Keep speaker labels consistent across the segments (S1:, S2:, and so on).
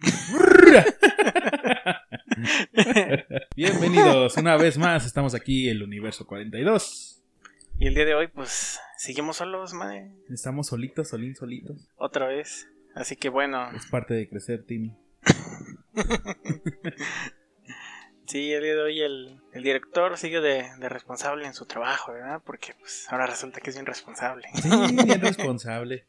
S1: Bienvenidos una vez más, estamos aquí en el universo 42.
S2: Y el día de hoy, pues, seguimos solos, madre.
S1: Estamos solitos, solín, solitos.
S2: Otra vez. Así que bueno,
S1: Es parte de crecer, Timmy.
S2: sí, el día de hoy el, el director sigue de, de responsable en su trabajo, ¿verdad? Porque pues ahora resulta que es irresponsable.
S1: Sí, bien responsable.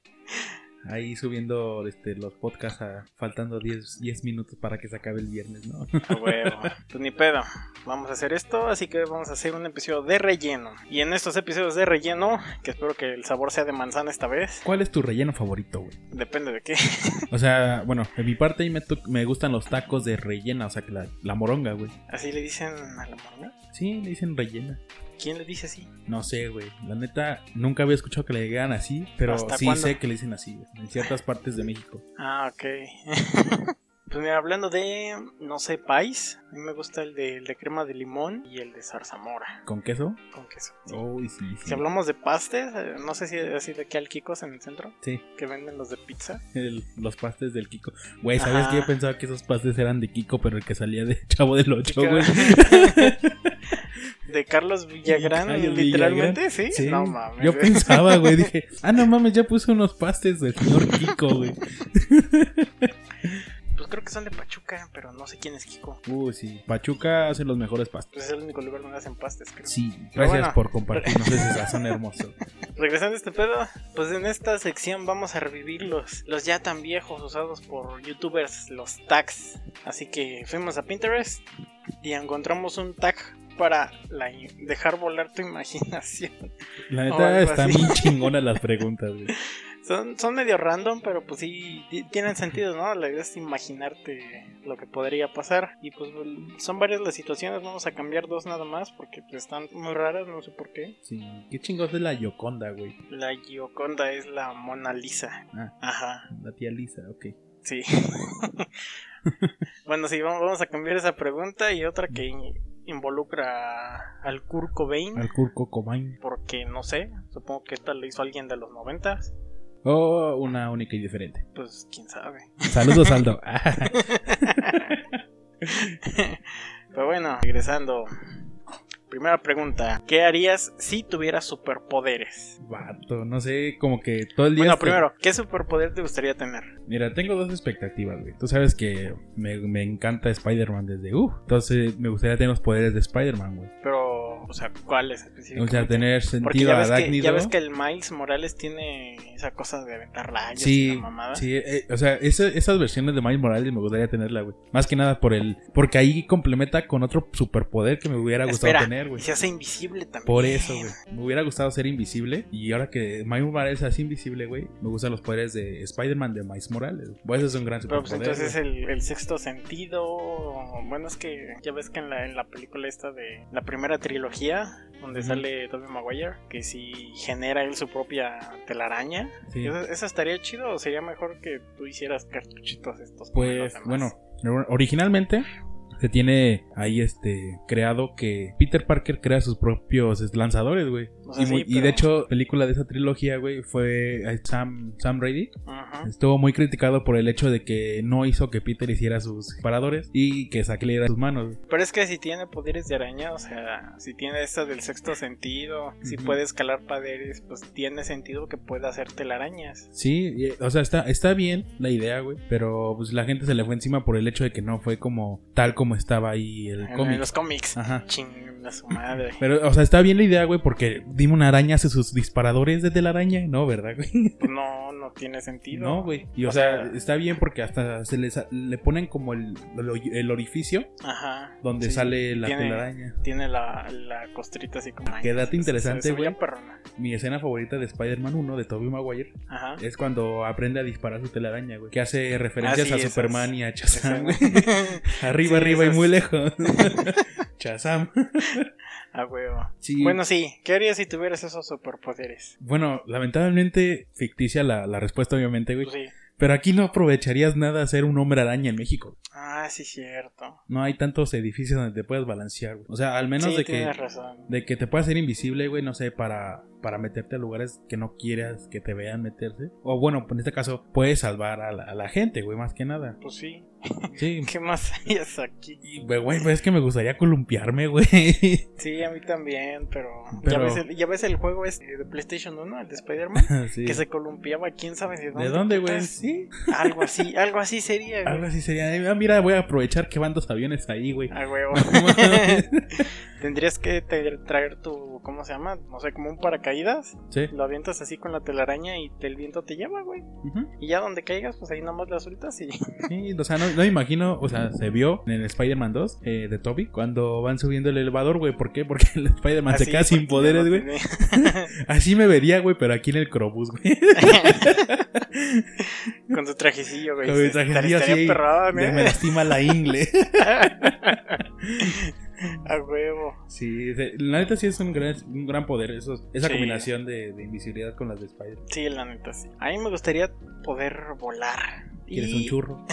S1: Ahí subiendo este, los podcasts a- faltando 10, 10 minutos para que se acabe el viernes, ¿no?
S2: A huevo. Pues ni pedo. Vamos a hacer esto, así que vamos a hacer un episodio de relleno. Y en estos episodios de relleno, que espero que el sabor sea de manzana esta vez,
S1: ¿Cuál es tu relleno favorito, güey?
S2: depende de qué.
S1: O sea, bueno, en mi parte ahí me, to- me gustan los tacos de rellena, o sea, que la, la moronga, güey.
S2: Así le dicen a la manga.
S1: Sí, le dicen rellena.
S2: ¿Quién le dice así?
S1: No sé, güey. La neta, nunca había escuchado que le digan así, pero
S2: ¿Hasta
S1: sí
S2: cuándo?
S1: sé que le dicen así, güey, en ciertas partes de México.
S2: Ah, ok. pues mira, hablando de, no sé, país, a mí me gusta el de, el de crema de limón y el de zarzamora
S1: ¿Con queso?
S2: con queso.
S1: Uy, sí, sí.
S2: Si hablamos de pastes, eh, no sé si ha sido aquí al Kikos en el centro,
S1: Sí,
S2: que venden los de pizza.
S1: el- los pastes del Kiko. Güey, ¿sabes
S2: Ajá.
S1: qué? Yo pensaba que esos pastes eran de Kiko, pero el que salía de Chavo del Ocho, güey.
S2: de Carlos Villagrán,
S1: Carlos
S2: literalmente,
S1: Villagrán.
S2: ¿sí?
S1: Sí,
S2: No mames.
S1: Yo pensaba, güey, dije, ah, no mames, ya puse unos pastes del señor Kiko, güey.
S2: Pues creo que son de Pachuca, pero no sé quién es Kiko.
S1: Uy, sí. Pachuca hace los mejores pastes.
S2: Pues es el único lugar donde hacen pastes, creo.
S1: Sí,
S2: Pero
S1: gracias
S2: bueno.
S1: por compartirnos ese sazón hermoso.
S2: Regresando a este pedo, pues en esta sección vamos a revivir los, los ya tan viejos usados por youtubers, los tags. Así que fuimos a Pinterest y encontramos un tag para la i- dejar volar tu imaginación.
S1: La
S2: O algo
S1: neta, están
S2: así.
S1: bien chingonas las preguntas, güey.
S2: Son, son medio random, pero pues sí ti- tienen sentido, ¿no? La idea es imaginarte lo que podría pasar. Y pues son varias las situaciones, vamos a cambiar dos nada más porque pues, están muy raras, no sé por qué.
S1: Sí, qué chingos es la Yoconda, güey.
S2: La Gioconda es la Mona Lisa.
S1: Ah.
S2: Ajá.
S1: La tía Lisa, ok.
S2: Sí. bueno, sí, vamos, vamos a cambiar esa pregunta y otra que in- involucra al Kurt Cobain,
S1: Al Curco Cobain.
S2: porque no sé, supongo que esta lo hizo alguien de los noventas,
S1: Oh, una única y diferente.
S2: pues quién sabe.
S1: Saludos, Aldo.
S2: Pero bueno, regresando. Primera pregunta, ¿qué harías si tuvieras superpoderes?
S1: Vato, no sé, como que todo el día.
S2: Bueno,
S1: estoy-
S2: primero, ¿qué superpoder te gustaría tener?
S1: Mira, tengo dos expectativas, güey. Tú sabes que me, me encanta Spider-Man desde uh. Entonces, me gustaría tener los poderes de Spider-Man, güey.
S2: Pero, o sea, ¿cuáles
S1: O
S2: específicamente?
S1: sea, tener
S2: Porque
S1: sentido
S2: ya ves, que,
S1: arácnido.
S2: ya ves que el Miles Morales tiene esa cosa de aventar rayos y
S1: Sí,
S2: la mamada.
S1: sí, eh, o sea, esa- esas versiones de Miles Morales me gustaría tenerla, güey. Más que nada por el. Porque ahí complementa con otro superpoder que me hubiera gustado
S2: Espera,
S1: tener, güey.
S2: Y se hace invisible también.
S1: Por eso, güey. Me hubiera gustado ser invisible. Y ahora que Miles Morales es así invisible, güey, me gustan los poderes de Spider-Man de Miles Morales. Pues ese es un gran
S2: Pero pues
S1: superpoder.
S2: entonces
S1: güey.
S2: el, el sexto sentido. Bueno, es que ya ves que en la, en la película esta de la primera trilogía, donde
S1: Ujú.
S2: sale Tobey Maguire, que si genera él su propia telaraña.
S1: Sí.
S2: ¿Eso, eso estaría chido o sería mejor que tú hicieras cartuchitos estos? como
S1: Pues
S2: los demás?
S1: bueno, originalmente se tiene ahí este creado que Peter Parker crea sus propios lanzadores, güey.
S2: O sea,
S1: y, muy-
S2: Ah, sí,
S1: y de
S2: pero-
S1: hecho, película de esa trilogía, güey, fue eh, Sam, Sam Brady.
S2: Ajá.
S1: Estuvo muy criticado por el hecho de que no hizo que Peter hiciera sus paradores y que Zack le diera sus manos.
S2: Pero es que si tiene poderes de araña, o sea, si tiene esta del sexto sentido, si
S1: Ujú.
S2: puede escalar paredes, pues tiene sentido que pueda hacer telarañas.
S1: Sí, y, eh, o sea, está, está bien la idea, güey, pero pues la gente se le fue encima por el hecho de que no fue como tal como estaba ahí el
S2: En- En
S1: cómic.
S2: los cómics.
S1: Ajá.
S2: Ching, a su madre.
S1: Pero, o sea, está bien la idea, güey, porque dime una araña hace sus disparadores de telaraña, ¿no? ¿Verdad, güey?
S2: Pues no, no tiene sentido.
S1: No, güey. Y, o,
S2: O
S1: sea,
S2: sea-
S1: está bien porque hasta se les, le ponen como el, el- el orificio
S2: Ajá.
S1: donde
S2: Sí,
S1: sale la
S2: tiene-
S1: telaraña.
S2: Tiene la, la costrita así como.
S1: Qué dato interesante,
S2: Se- se veía
S1: güey.
S2: perrona.
S1: Mi escena favorita de Spider-Man 1 de Tobey Maguire
S2: Ajá.
S1: es cuando aprende a disparar su telaraña, güey. Que hace referencias
S2: sí,
S1: a
S2: esas-
S1: Superman y a
S2: Esa,
S1: Chazam,
S2: güey.
S1: güey. Arriba,
S2: Sí,
S1: arriba y
S2: esas-
S1: muy lejos. Chazam.
S2: A huevo.
S1: Sí.
S2: Bueno, sí. ¿Qué harías si tuvieras esos superpoderes?
S1: Bueno, lamentablemente ficticia la, la respuesta, obviamente, güey.
S2: Pues sí.
S1: Pero aquí no aprovecharías nada ser un hombre araña en México.
S2: Ah, sí, cierto.
S1: No hay tantos edificios donde te puedas balancear, güey. O sea, al menos
S2: sí,
S1: de que
S2: tienes razón.
S1: de que te puedas ser invisible, güey, no sé, para, para meterte a lugares que no quieras que te vean meterse. O bueno, en este caso, puedes salvar a la, a la gente, güey, más que nada.
S2: Pues sí.
S1: Sí.
S2: ¿Qué más hayas aquí?
S1: Y, güey, güey, pues es que me gustaría columpiarme, güey.
S2: Sí, a mí también, pero... ¿Ya,
S1: Pero-
S2: ves el, ya ves el juego este de PlayStation 1, el de Spider-Man?
S1: Sí.
S2: Que se columpiaba, quién sabe de dónde.
S1: ¿De dónde, güey?
S2: putas.
S1: Sí.
S2: Algo así, algo así sería, güey.
S1: Algo así sería. eh, Ah, mira, voy a aprovechar que van dos aviones ahí, güey.
S2: A Ah, huevo. Tendrías que te- traer tu, ¿cómo se llama? No sé, como un paracaídas.
S1: sí.
S2: Lo avientas así con la telaraña y te- el viento te lleva, güey.
S1: Ujú.
S2: Y ya donde caigas, pues ahí nomás la sueltas y...
S1: Sí, o sea, no, no me imagino, o sea, se vio en el Spider-Man 2 eh, de Toby cuando van subiendo el elevador, güey. ¿Por qué? Porque el Spider-Man se
S2: Así,
S1: queda sin
S2: porque ya
S1: poderes,
S2: no
S1: güey.
S2: tiene-
S1: Así me vería, güey, pero aquí en el Crobus, güey.
S2: Con tu trajecillo, güey.
S1: Con mi
S2: Est-
S1: trajecillo
S2: estaría
S1: así,
S2: perrón,
S1: Me
S2: ¿eh?
S1: me lastima la ingle.
S2: A Ah, huevo.
S1: Sí, se- la neta sí es un gran, un gran poder. Eso, esa
S2: Sí.
S1: combinación de, de invisibilidad con las de Spider.
S2: Sí, la neta, sí. A mí me gustaría poder volar.
S1: ¿Quieres
S2: Y-
S1: un churro?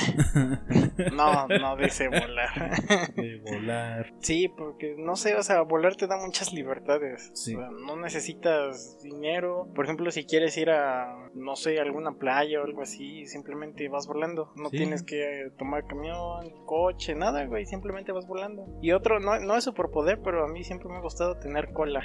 S2: No, no dice volar.
S1: Eh, volar.
S2: Sí, porque no sé, o sea, volar te da muchas libertades.
S1: Sí.
S2: O sea, no necesitas dinero. Por ejemplo, si quieres ir a, no sé, alguna playa o algo así, simplemente vas volando. No
S1: Sí.
S2: tienes que eh, tomar camión, coche, nada, güey. Simplemente vas volando. Y otro, no, no es superpoder, pero a mí siempre me ha gustado tener cola.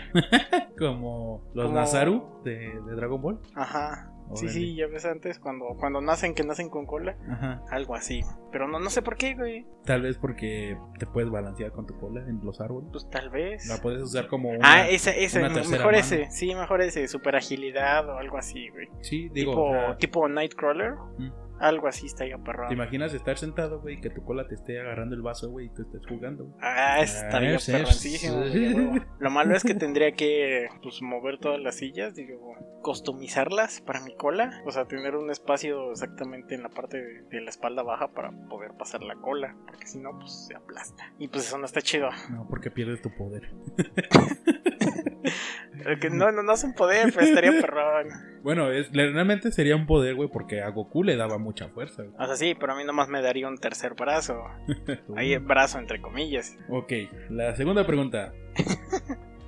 S1: Como los
S2: Como-
S1: Nazaru de, de Dragon Ball.
S2: Ajá. Sí,
S1: Órale.
S2: sí, ya ves antes cuando, cuando nacen, que nacen con cola.
S1: Ajá.
S2: Algo así. Pero no, no sé por qué, güey.
S1: Tal vez porque te puedes balancear con tu cola en los árboles.
S2: Pues tal vez.
S1: La puedes usar como una.
S2: Ah, ese, ese,
S1: una
S2: me-
S1: tercera
S2: mejor
S1: mano.
S2: ese, sí, mejor ese, super agilidad o algo así, güey.
S1: Sí, digo.
S2: tipo,
S1: o sea,
S2: tipo Nightcrawler,
S1: Mm.
S2: algo así estaría perrón.
S1: ¿Te imaginas estar sentado, güey, y que tu cola te esté agarrando el vaso, güey, y tú estés jugando? güey?
S2: Ah, estaría
S1: Ah, sí,
S2: perroncísimo,
S1: sí.
S2: güey, a huevo. Lo malo es que tendría que pues, mover todas las sillas, digo, customizarlas para mi cola. O sea, tener un espacio exactamente en la parte de, de la espalda baja para poder pasar la cola. Porque si no, pues se aplasta. Y pues eso no está chido.
S1: No, porque pierdes tu poder.
S2: Es que no, no, no es un poder, pero estaría perrón.
S1: Bueno, es, realmente sería un poder, güey, porque a Goku le daba mucha fuerza. güey.
S2: O sea, sí, pero a mí nomás me daría un tercer brazo. Ahí brazo entre comillas.
S1: Ok, la segunda pregunta.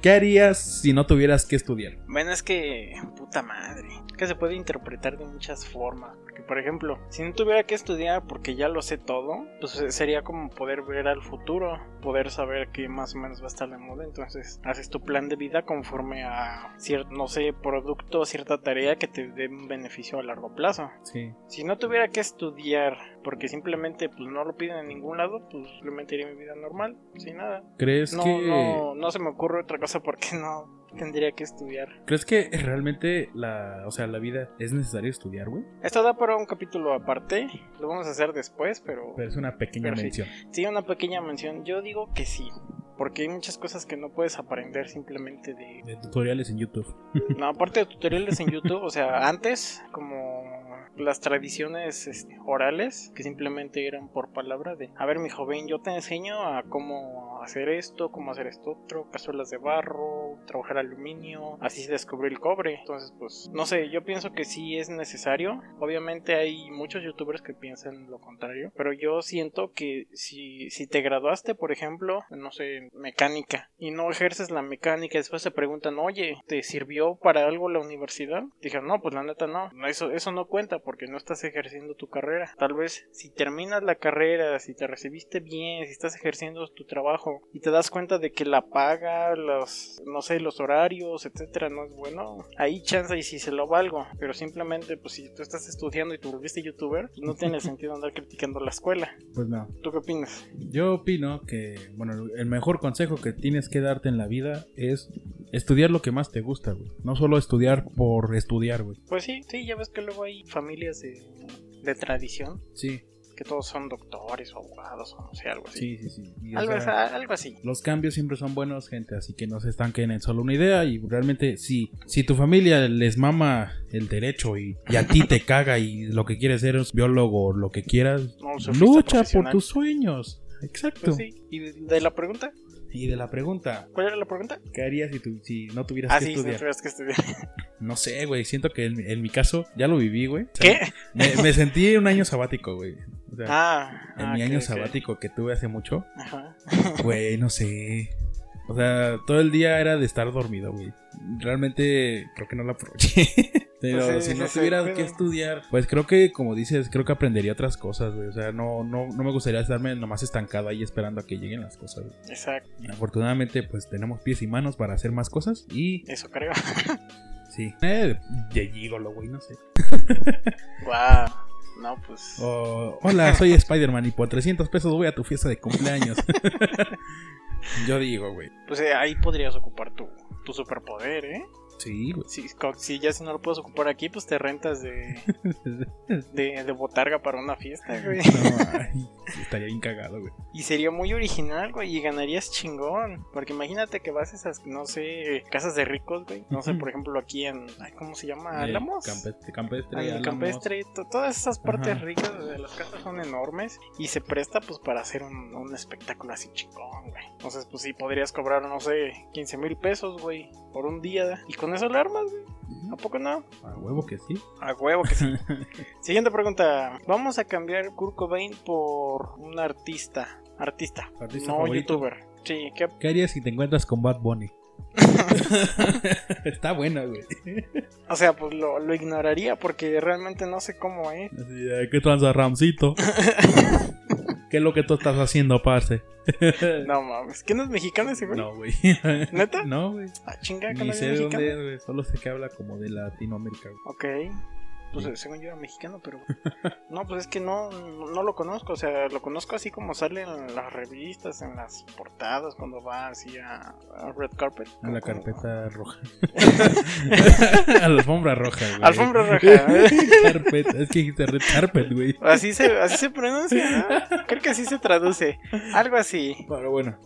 S1: ¿Qué harías si no tuvieras que estudiar?
S2: Bueno, es que, puta madre, que se puede interpretar de muchas formas. Porque, por ejemplo, si no tuviera que estudiar porque ya lo sé todo, pues eh, sería como poder ver al futuro, poder saber qué más o menos va a estar de moda. Entonces, haces tu plan de vida conforme a cierto, no sé, producto, cierta tarea que te dé un beneficio a largo plazo.
S1: Sí.
S2: Si no tuviera que estudiar porque simplemente pues no lo piden en ningún lado, pues simplemente iría mi vida normal, sin nada.
S1: ¿Crees
S2: no,
S1: que
S2: no, no se me ocurre otra cosa porque no tendría que estudiar.
S1: crees que realmente la, o sea, la vida es necesario estudiar, güey?
S2: Esto da para un capítulo aparte, lo vamos a hacer después, pero
S1: Pero es una pequeña
S2: Pero sí.
S1: mención.
S2: sí una pequeña mención. Yo digo que sí, porque hay muchas cosas que no puedes aprender simplemente de...
S1: De tutoriales en YouTube.
S2: No, aparte de tutoriales en YouTube, o sea, antes como las tradiciones este, orales que simplemente eran por palabra de, a ver mi joven, yo te enseño a cómo hacer esto, cómo hacer esto otro, cazuelas de barro, trabajar aluminio, así se descubrió el cobre. Entonces, pues, no sé, yo pienso que sí es necesario. Obviamente hay muchos youtubers que piensan lo contrario, pero yo siento que si, si te graduaste, por ejemplo, no sé, mecánica, y no ejerces la mecánica, después te preguntan, oye, ¿te sirvió para algo la universidad? Dije, no, pues la neta no, No, eso, eso no cuenta porque no estás ejerciendo tu carrera. Tal vez si terminas la carrera, si te recibiste bien, si estás ejerciendo tu trabajo y te das cuenta de que la paga, los, no sé, los horarios, etcétera, no es bueno, ahí chance y si se lo valgo. Pero simplemente, pues si tú estás estudiando y te volviste youtuber, pues, no tiene sentido andar criticando la escuela.
S1: Pues no.
S2: ¿Tú qué opinas?
S1: Yo opino que, bueno, el mejor consejo que tienes que darte en la vida es estudiar lo que más te gusta, güey. No solo estudiar por estudiar, güey.
S2: Pues sí, sí, ya ves que luego hay familias de, de tradición
S1: Sí,
S2: que todos son doctores o abogados o no sé, algo así.
S1: sí, sí, sí. Y, o
S2: Algo,
S1: sea,
S2: algo así.
S1: Los cambios siempre son buenos, gente, así que no se estanquen en solo una idea y realmente si, si tu familia les mama el derecho y, y a ti te caga y lo que quieres ser es biólogo o lo que quieras,
S2: No, surfista
S1: lucha por
S2: profesional.
S1: tus sueños. Exacto.
S2: Pues sí. ¿Y de- de la pregunta?
S1: Y de la pregunta,
S2: ¿Cuál era la pregunta?
S1: ¿qué harías si, tu- si no tuvieras
S2: Ah,
S1: que
S2: sí, si
S1: estudiar?
S2: tuvieras que estudiar.
S1: No sé, güey, siento que en, en mi caso ya lo viví, güey. O sea,
S2: ¿Qué?
S1: Me, me sentí un año sabático, güey. O sea,
S2: Ah,
S1: en
S2: ah,
S1: mi
S2: ok,
S1: año
S2: ok.
S1: sabático que tuve hace mucho,
S2: Ajá.
S1: güey, no sé. O sea, todo el día era de estar dormido, güey. Realmente creo que no la aproveché. Pero
S2: Pues sí,
S1: si no
S2: ese
S1: tuviera
S2: pedo.
S1: que estudiar, pues creo que, como dices, creo que aprendería otras cosas, güey. O sea, no, no, no me gustaría estarme nomás estancado ahí esperando a que lleguen las cosas. güey.
S2: Exacto,
S1: Afortunadamente, pues tenemos pies y manos para hacer más cosas. Y
S2: eso creo.
S1: sí, eh, de gigolo, güey, no sé.
S2: Wow. No, pues.
S1: Oh. O, hola, soy Spider-Man y por 300 pesos voy a tu fiesta de cumpleaños. Yo digo, güey.
S2: Pues eh, ahí podrías ocupar tu, tu superpoder, ¿eh?
S1: Sí, güey.
S2: Si, co- si ya si no lo puedes ocupar aquí, pues te rentas de, de, de botarga para una fiesta, güey.
S1: No, ay, estaría bien cagado, güey.
S2: Y sería muy original, güey, y ganarías chingón. Porque imagínate que vas a esas, no sé, casas de ricos, güey. No sé,
S1: Ujú.
S2: por ejemplo, aquí en, ay, ¿cómo se llama?
S1: Eh,
S2: Álamos.
S1: Campestre, campestre.
S2: Ay, en
S1: Álamos.
S2: Campestre, to- todas esas partes
S1: Ajá.
S2: ricas de las casas son enormes y se presta pues para hacer un, un espectáculo así chingón, güey. Entonces, pues sí, podrías cobrar, no sé, 15 mil pesos, güey, por un día. Y con eso lo armas, güey. ¿A poco no?
S1: A huevo que sí.
S2: A huevo que sí. Siguiente pregunta. Vamos a cambiar Kurt Cobain por un artista. Artista.
S1: Artista
S2: no
S1: favorito.
S2: youtuber. Sí, ¿qué?
S1: ¿Qué harías si te encuentras con Bad Bunny? Está buena, güey.
S2: O sea, pues lo, lo ignoraría porque realmente no sé cómo es.
S1: Así, eh, ¿Qué tranza, Ramcito? ¿Qué es lo que tú estás haciendo, parce?
S2: No mames. ¿Quién es mexicano ese güey?
S1: No, güey.
S2: ¿Neta?
S1: No, güey.
S2: Ah, chinga, que no
S1: Ni
S2: es
S1: sé de
S2: mexicano.
S1: dónde es, güey. Solo sé que habla como de Latinoamérica, güey.
S2: Ok. Pues
S1: Sí.
S2: eh, según yo era mexicano, pero. No, pues es que no, no lo conozco. O sea, lo conozco así como sale en las revistas, en las portadas, cuando va así a, a Red Carpet.
S1: A la
S2: Como-
S1: carpeta roja. a la alfombra roja, güey.
S2: Alfombra roja, ¿eh?
S1: Carpet. Es que dijiste red carpet, güey.
S2: Así se, así se pronuncia, ¿no? Creo que así se traduce. Algo así.
S1: Pero bueno.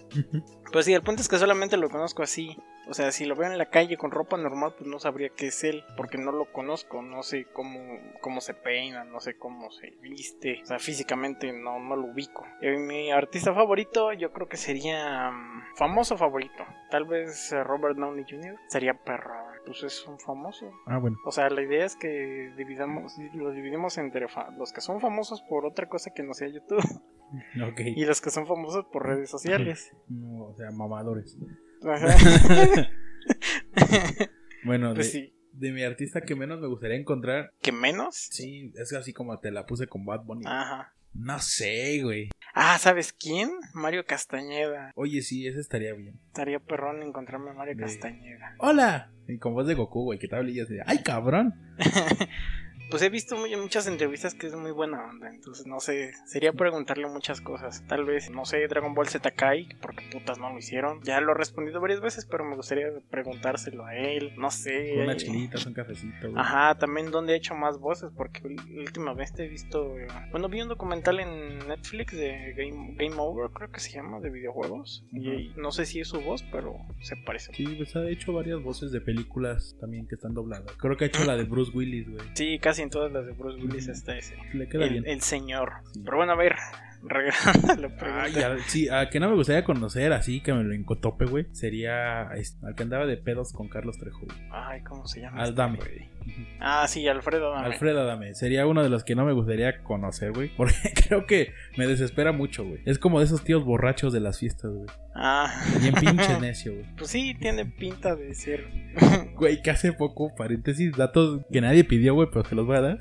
S2: Pues sí, el punto es que solamente lo conozco así. O sea, si lo veo en la calle con ropa normal, pues no sabría qué es él, porque no lo conozco, no sé cómo, cómo se peina, no sé cómo se viste, o sea, físicamente no, no lo ubico. Eh, mi artista favorito yo creo que sería mm, famoso favorito, tal vez eh, Robert Downey Jr. Sería perro, pues es un famoso.
S1: Ah, bueno.
S2: O sea, la idea es que dividamos, los dividimos entre fa- los que son famosos por otra cosa que no sea YouTube
S1: Ok.
S2: y los que son famosos por redes sociales.
S1: No, o sea, mamadores.
S2: Ajá.
S1: bueno,
S2: Pues
S1: de,
S2: sí.
S1: de mi artista que menos me gustaría encontrar.
S2: ¿Que menos?
S1: Sí, es así como te la puse con Bad Bunny.
S2: Ajá.
S1: No sé, güey.
S2: Ah, ¿sabes quién? Mario Castañeda.
S1: Oye, sí, ese estaría bien.
S2: Estaría perrón encontrarme a Mario
S1: Sí.
S2: Castañeda.
S1: ¡Hola! Y con voz de Goku, güey, que te hablillas de. ¡Ay, cabrón!
S2: Pues he visto muy- muchas entrevistas que es muy buena onda, entonces no sé, sería preguntarle muchas cosas. Tal vez, no sé, Dragon Ball Z Kai, porque putas no lo hicieron. Ya lo he respondido varias veces, pero me gustaría preguntárselo a él, no sé.
S1: Con
S2: eh,
S1: unas chilitas, un cafecito, güey.
S2: Ajá, también donde he hecho más voces, porque la última vez te he visto. eh, Bueno, vi un documental en Netflix de Game, Game Over, creo que se llama, de videojuegos. Y no sé si es su voz, pero se parece.
S1: Sí, pues ha hecho varias voces de películas también que están dobladas. Creo que ha hecho la de Bruce Willis, güey.
S2: Sí, casi en todas las de Bruce Willis
S1: Ujú.
S2: está ese.
S1: Le queda
S2: El, E.
S1: bien.
S2: el señor.
S1: Sí.
S2: Pero bueno, a ver, regresando a la pregunta.
S1: Ay, a- sí, a que no me gustaría conocer así que me lo encotope, güey. Sería este, al que andaba de pedos con Carlos Trejo. güey.
S2: Ay, ¿cómo se llama?
S1: Al
S2: este
S1: Dame.
S2: güey? Ah, sí, Alfredo Adame.
S1: Alfredo Adame sería uno de los que no me gustaría conocer, güey. Porque creo que me desespera mucho, güey. Es como de esos tíos borrachos de las fiestas, güey.
S2: Ah,
S1: Bien pinche necio, güey.
S2: pues sí, tiene pinta de ser.
S1: Güey, que hace poco, paréntesis, datos que nadie pidió, güey, pero se los voy a dar.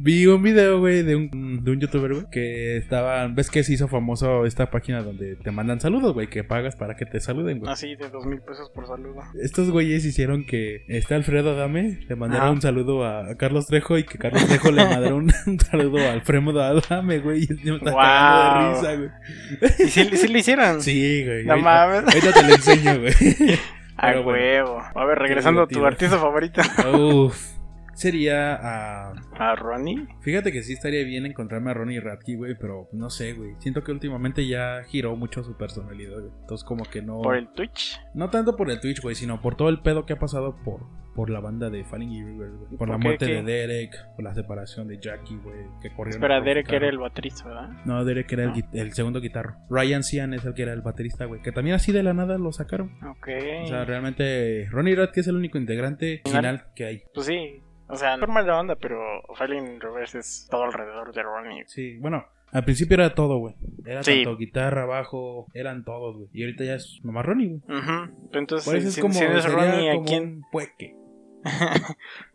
S1: Vi un video, güey, de un, de un youtuber, güey, que estaban. ¿Ves que se hizo famoso esta página donde te mandan saludos, güey? Que pagas para que te saluden, güey.
S2: Así, de dos mil pesos por saludo.
S1: Estos güeyes hicieron que este Alfredo Adame le mandara
S2: Ajá.
S1: un saludo a Carlos Trejo y que Carlos Trejo le mandara un, un saludo a Alfredo Adame, güey. Y yo me estaba
S2: Wow.
S1: cagando de risa, güey.
S2: ¿Y si, si lo hicieron?
S1: Sí, güey.
S2: No
S1: ahorita-
S2: mames.
S1: Ahorita te lo enseño, güey.
S2: A
S1: Pero bueno.
S2: huevo. A ver, regresando a tu
S1: divertido.
S2: artista favorito.
S1: Uf. Sería a.
S2: ¿A Ronnie?
S1: Fíjate que sí estaría bien encontrarme a Ronnie Radke, güey, pero no sé, güey. Siento que últimamente ya giró mucho su personalidad, güey. Entonces, como que no.
S2: Por el Twitch.
S1: No tanto por el Twitch, güey, sino por todo el pedo que ha pasado por, por la banda de Falling River, güey. Por,
S2: ¿Por
S1: la
S2: qué?
S1: muerte
S2: ¿Qué?
S1: de Derek, por la separación de Jackie, güey, que corrió.
S2: Espera, Derek era el Ah. baterista, ¿verdad?
S1: No, Derek era el
S2: No.
S1: guit- el, segundo guitarro. Ryan Sean es el que era el baterista, güey. Que también así de la nada lo sacaron.
S2: Ok.
S1: O sea, realmente Ronnie Radke es el único integrante
S2: Final.
S1: final que hay.
S2: pues sí. O sea, no forma la onda, pero Falling Reverse es todo alrededor de Ronnie.
S1: Sí, bueno. Al principio era todo, güey. Era
S2: Sí.
S1: tanto guitarra, bajo, eran todos, güey. Y ahorita ya es nomás Ronnie, güey.
S2: Ujú. Entonces,
S1: Por eso Pues es
S2: si,
S1: como,
S2: si no es
S1: sería
S2: Ronnie, ¿a
S1: como
S2: quién?
S1: un pueque.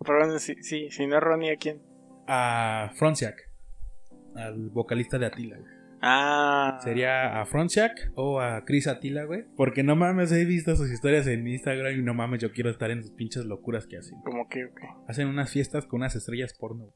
S2: Perdón, sí, sí, si no es Ronnie, ¿a quién?
S1: A Fronziak, al vocalista de Atila, güey.
S2: Ah,
S1: Sería a Fronziak o a Chris Atila, güey. Porque no mames, he visto sus historias en Instagram y no mames, yo quiero estar en sus pinches locuras que hacen.
S2: como que, ok.
S1: Hacen unas fiestas con unas estrellas porno.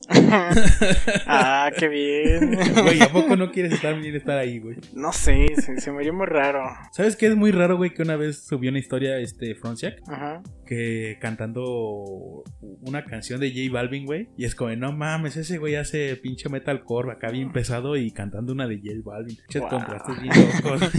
S2: ah, qué bien.
S1: Güey, ¿a poco no quieres estar bien estar ahí, güey?
S2: No sé, se, se me dio muy raro.
S1: ¿Sabes qué es muy raro, güey? Que una vez subió una historia, este, Fronziak,
S2: Ajá.
S1: que cantando una canción de J Balvin, güey. Y es como, no mames, ese güey hace pinche metalcore acá
S2: Ah.
S1: bien pesado y cantando una de J Balvin. Pinches
S2: Wow.
S1: contrastes bien locos.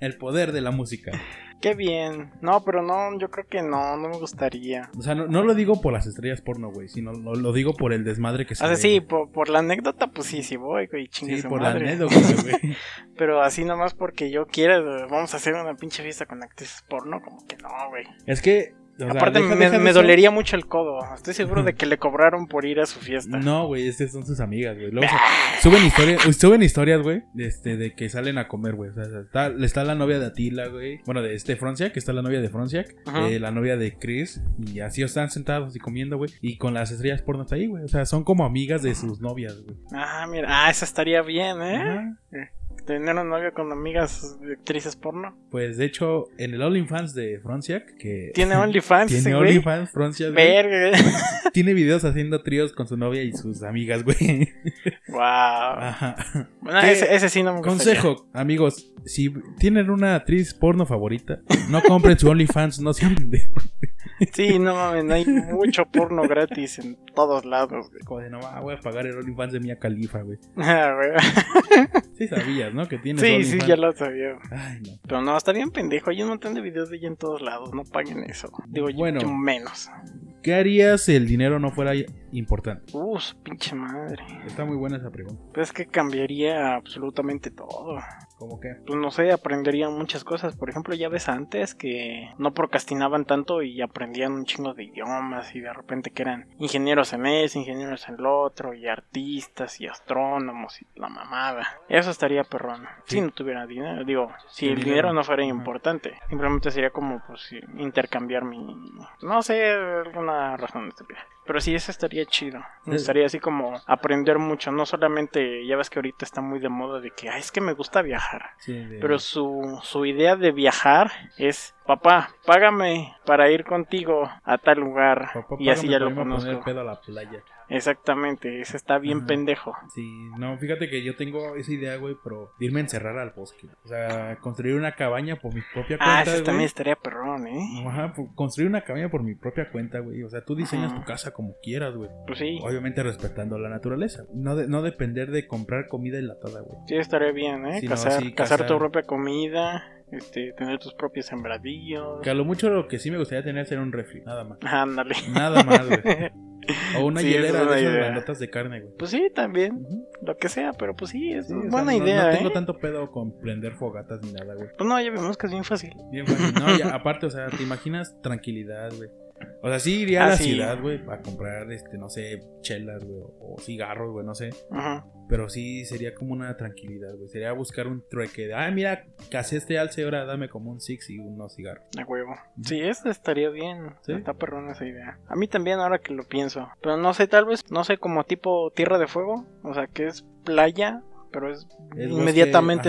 S1: El poder de la música.
S2: Qué bien. No, pero no, yo creo que no, no me gustaría.
S1: O sea, no, no lo digo por las estrellas porno, güey, sino lo, lo digo por el desmadre que
S2: O
S1: se
S2: sea,
S1: ve,
S2: Ah, sí,
S1: güey.
S2: por, por la anécdota, pues sí, sí voy, güey, chingue
S1: Sí,
S2: su
S1: por
S2: madre.
S1: la anécdota, güey.
S2: Pero así nomás porque yo quiera, güey, vamos a hacer una pinche fiesta con actrices porno, como que no, güey.
S1: Es que... o sea,
S2: Aparte,
S1: deja-
S2: me,
S1: deja de
S2: me
S1: eso.
S2: dolería mucho el codo. Estoy seguro de que le cobraron por ir a su fiesta.
S1: No, güey, estas son sus amigas, güey. Luego
S2: Ah.
S1: se- suben historias, uy, suben historias, güey, de, este, de que salen a comer, güey. O sea, está, está la novia de Atila, güey. Bueno, de este Fronciac, está la novia de Fronciac,
S2: Ajá.
S1: eh, la novia de Chris, y así están sentados y comiendo, güey. Y con las estrellas porno está ahí, güey. O sea, son como amigas de sus novias, güey.
S2: Ah, mira, ah, eso estaría bien, ¿eh?
S1: Ajá.
S2: Tener un novio con amigas de actrices porno.
S1: Pues de hecho, en el OnlyFans de Fronciac, que.
S2: Tiene OnlyFans, ese
S1: Tiene
S2: güey.
S1: OnlyFans, Fronciac, güey.
S2: Verga.
S1: Tiene videos haciendo tríos con su novia y sus amigas, güey.
S2: Wow.
S1: Ajá.
S2: Bueno,
S1: Ah, ¿Qué
S2: ese, ese sí no me gustaría.
S1: Consejo, amigos, si tienen una actriz porno favorita, no compren su OnlyFans, no sean pendejos.
S2: Sí, no mames, hay mucho porno gratis en todos lados, güey.
S1: Como de, no, ma, voy a pagar el OnlyFans de Mia Califa, güey.
S2: Ah, güey.
S1: Sí sabías, ¿no? Que tienes
S2: Sí, sí,
S1: OnlyFans.
S2: ya lo sabía.
S1: Ay, no.
S2: Pero no, está bien pendejo. Hay un montón de videos de ella en todos lados. No paguen eso. Digo, yo-
S1: Bueno.
S2: yo menos.
S1: ¿Qué harías si el dinero no fuera importante?
S2: Uh, su pinche madre.
S1: Está muy buena esa pregunta.
S2: Pues es que cambiaría absolutamente todo.
S1: ¿Cómo qué?
S2: Pues no sé, aprendería muchas cosas. Por ejemplo, ya ves antes que no procrastinaban tanto y aprendían un chingo de idiomas y de repente que eran ingenieros en eso, ingenieros en lo otro y artistas y astrónomos y la mamada. Eso estaría perrón.
S1: Sí.
S2: Si no tuviera dinero, digo, si
S1: El
S2: el dinero,
S1: dinero.
S2: no fuera
S1: Ajá.
S2: importante, simplemente sería como pues intercambiar mi... No sé, alguna razón estúpida. Pero sí, eso estaría chido. Me
S1: Sí.
S2: gustaría así como aprender mucho. No solamente, ya ves que ahorita está muy de moda de que, "Ay, es que me gusta viajar.
S1: Sí, de-
S2: Pero su, su idea de viajar es, papá, págame para ir contigo a tal lugar.
S1: Papá,
S2: y así
S1: págame
S2: ya
S1: para
S2: lo
S1: irme a poner
S2: conozco.
S1: pedo a la playa.
S2: Exactamente, ese está bien
S1: Ajá.
S2: pendejo.
S1: Sí, no, fíjate que yo tengo esa idea, güey, pero de irme a encerrar al bosque. O sea, construir una cabaña por mi propia cuenta.
S2: Ah, ese
S1: güey.
S2: también estaría perrón, ¿eh?
S1: Ajá, pu- construir una cabaña por mi propia cuenta, güey. O sea, tú diseñas
S2: Ajá.
S1: tu casa como quieras, güey.
S2: Pues sí,
S1: Obviamente respetando la naturaleza. No, de- no depender de comprar comida enlatada, güey.
S2: sí estaría bien, ¿eh?
S1: Sí, no,
S2: cazar,
S1: sí,
S2: cazar
S1: cazar.
S2: tu propia comida, este, tener tus propios sembradíos.
S1: Que a lo mucho lo que sí me gustaría tener sería un refri, nada más.
S2: Ándale.
S1: Nada más, güey. O una
S2: Sí, esa
S1: hielera
S2: es una
S1: de esas
S2: idea.
S1: grandotas de carne, güey.
S2: Pues sí, también,
S1: Ujú.
S2: lo que sea, pero pues sí, es
S1: Sí, o sea,
S2: buena
S1: no-
S2: idea,
S1: No,
S2: ¿eh?
S1: tengo tanto pedo con prender fogatas ni nada, güey.
S2: Pues no, ya vemos que es bien fácil.
S1: Bien fácil. No, y aparte, o sea, te imaginas tranquilidad, güey. O sea, sí iría a
S2: Ah,
S1: la
S2: sí.
S1: ciudad, güey, a comprar, este, no sé, chelas, güey, o o cigarros, güey, no sé.
S2: Ajá.
S1: Pero sí sería como una tranquilidad, güey. Sería buscar un trueque. de, Ah, mira, casé este alce, ahora dame como un six y unos cigarros.
S2: A huevo. Sí, eso estaría bien.
S1: Sí.
S2: Está perrón esa idea. A mí también ahora que lo pienso. Pero no sé, tal vez, no sé, como tipo Tierra de Fuego. O sea, que es playa, pero es,
S1: Es
S2: inmediatamente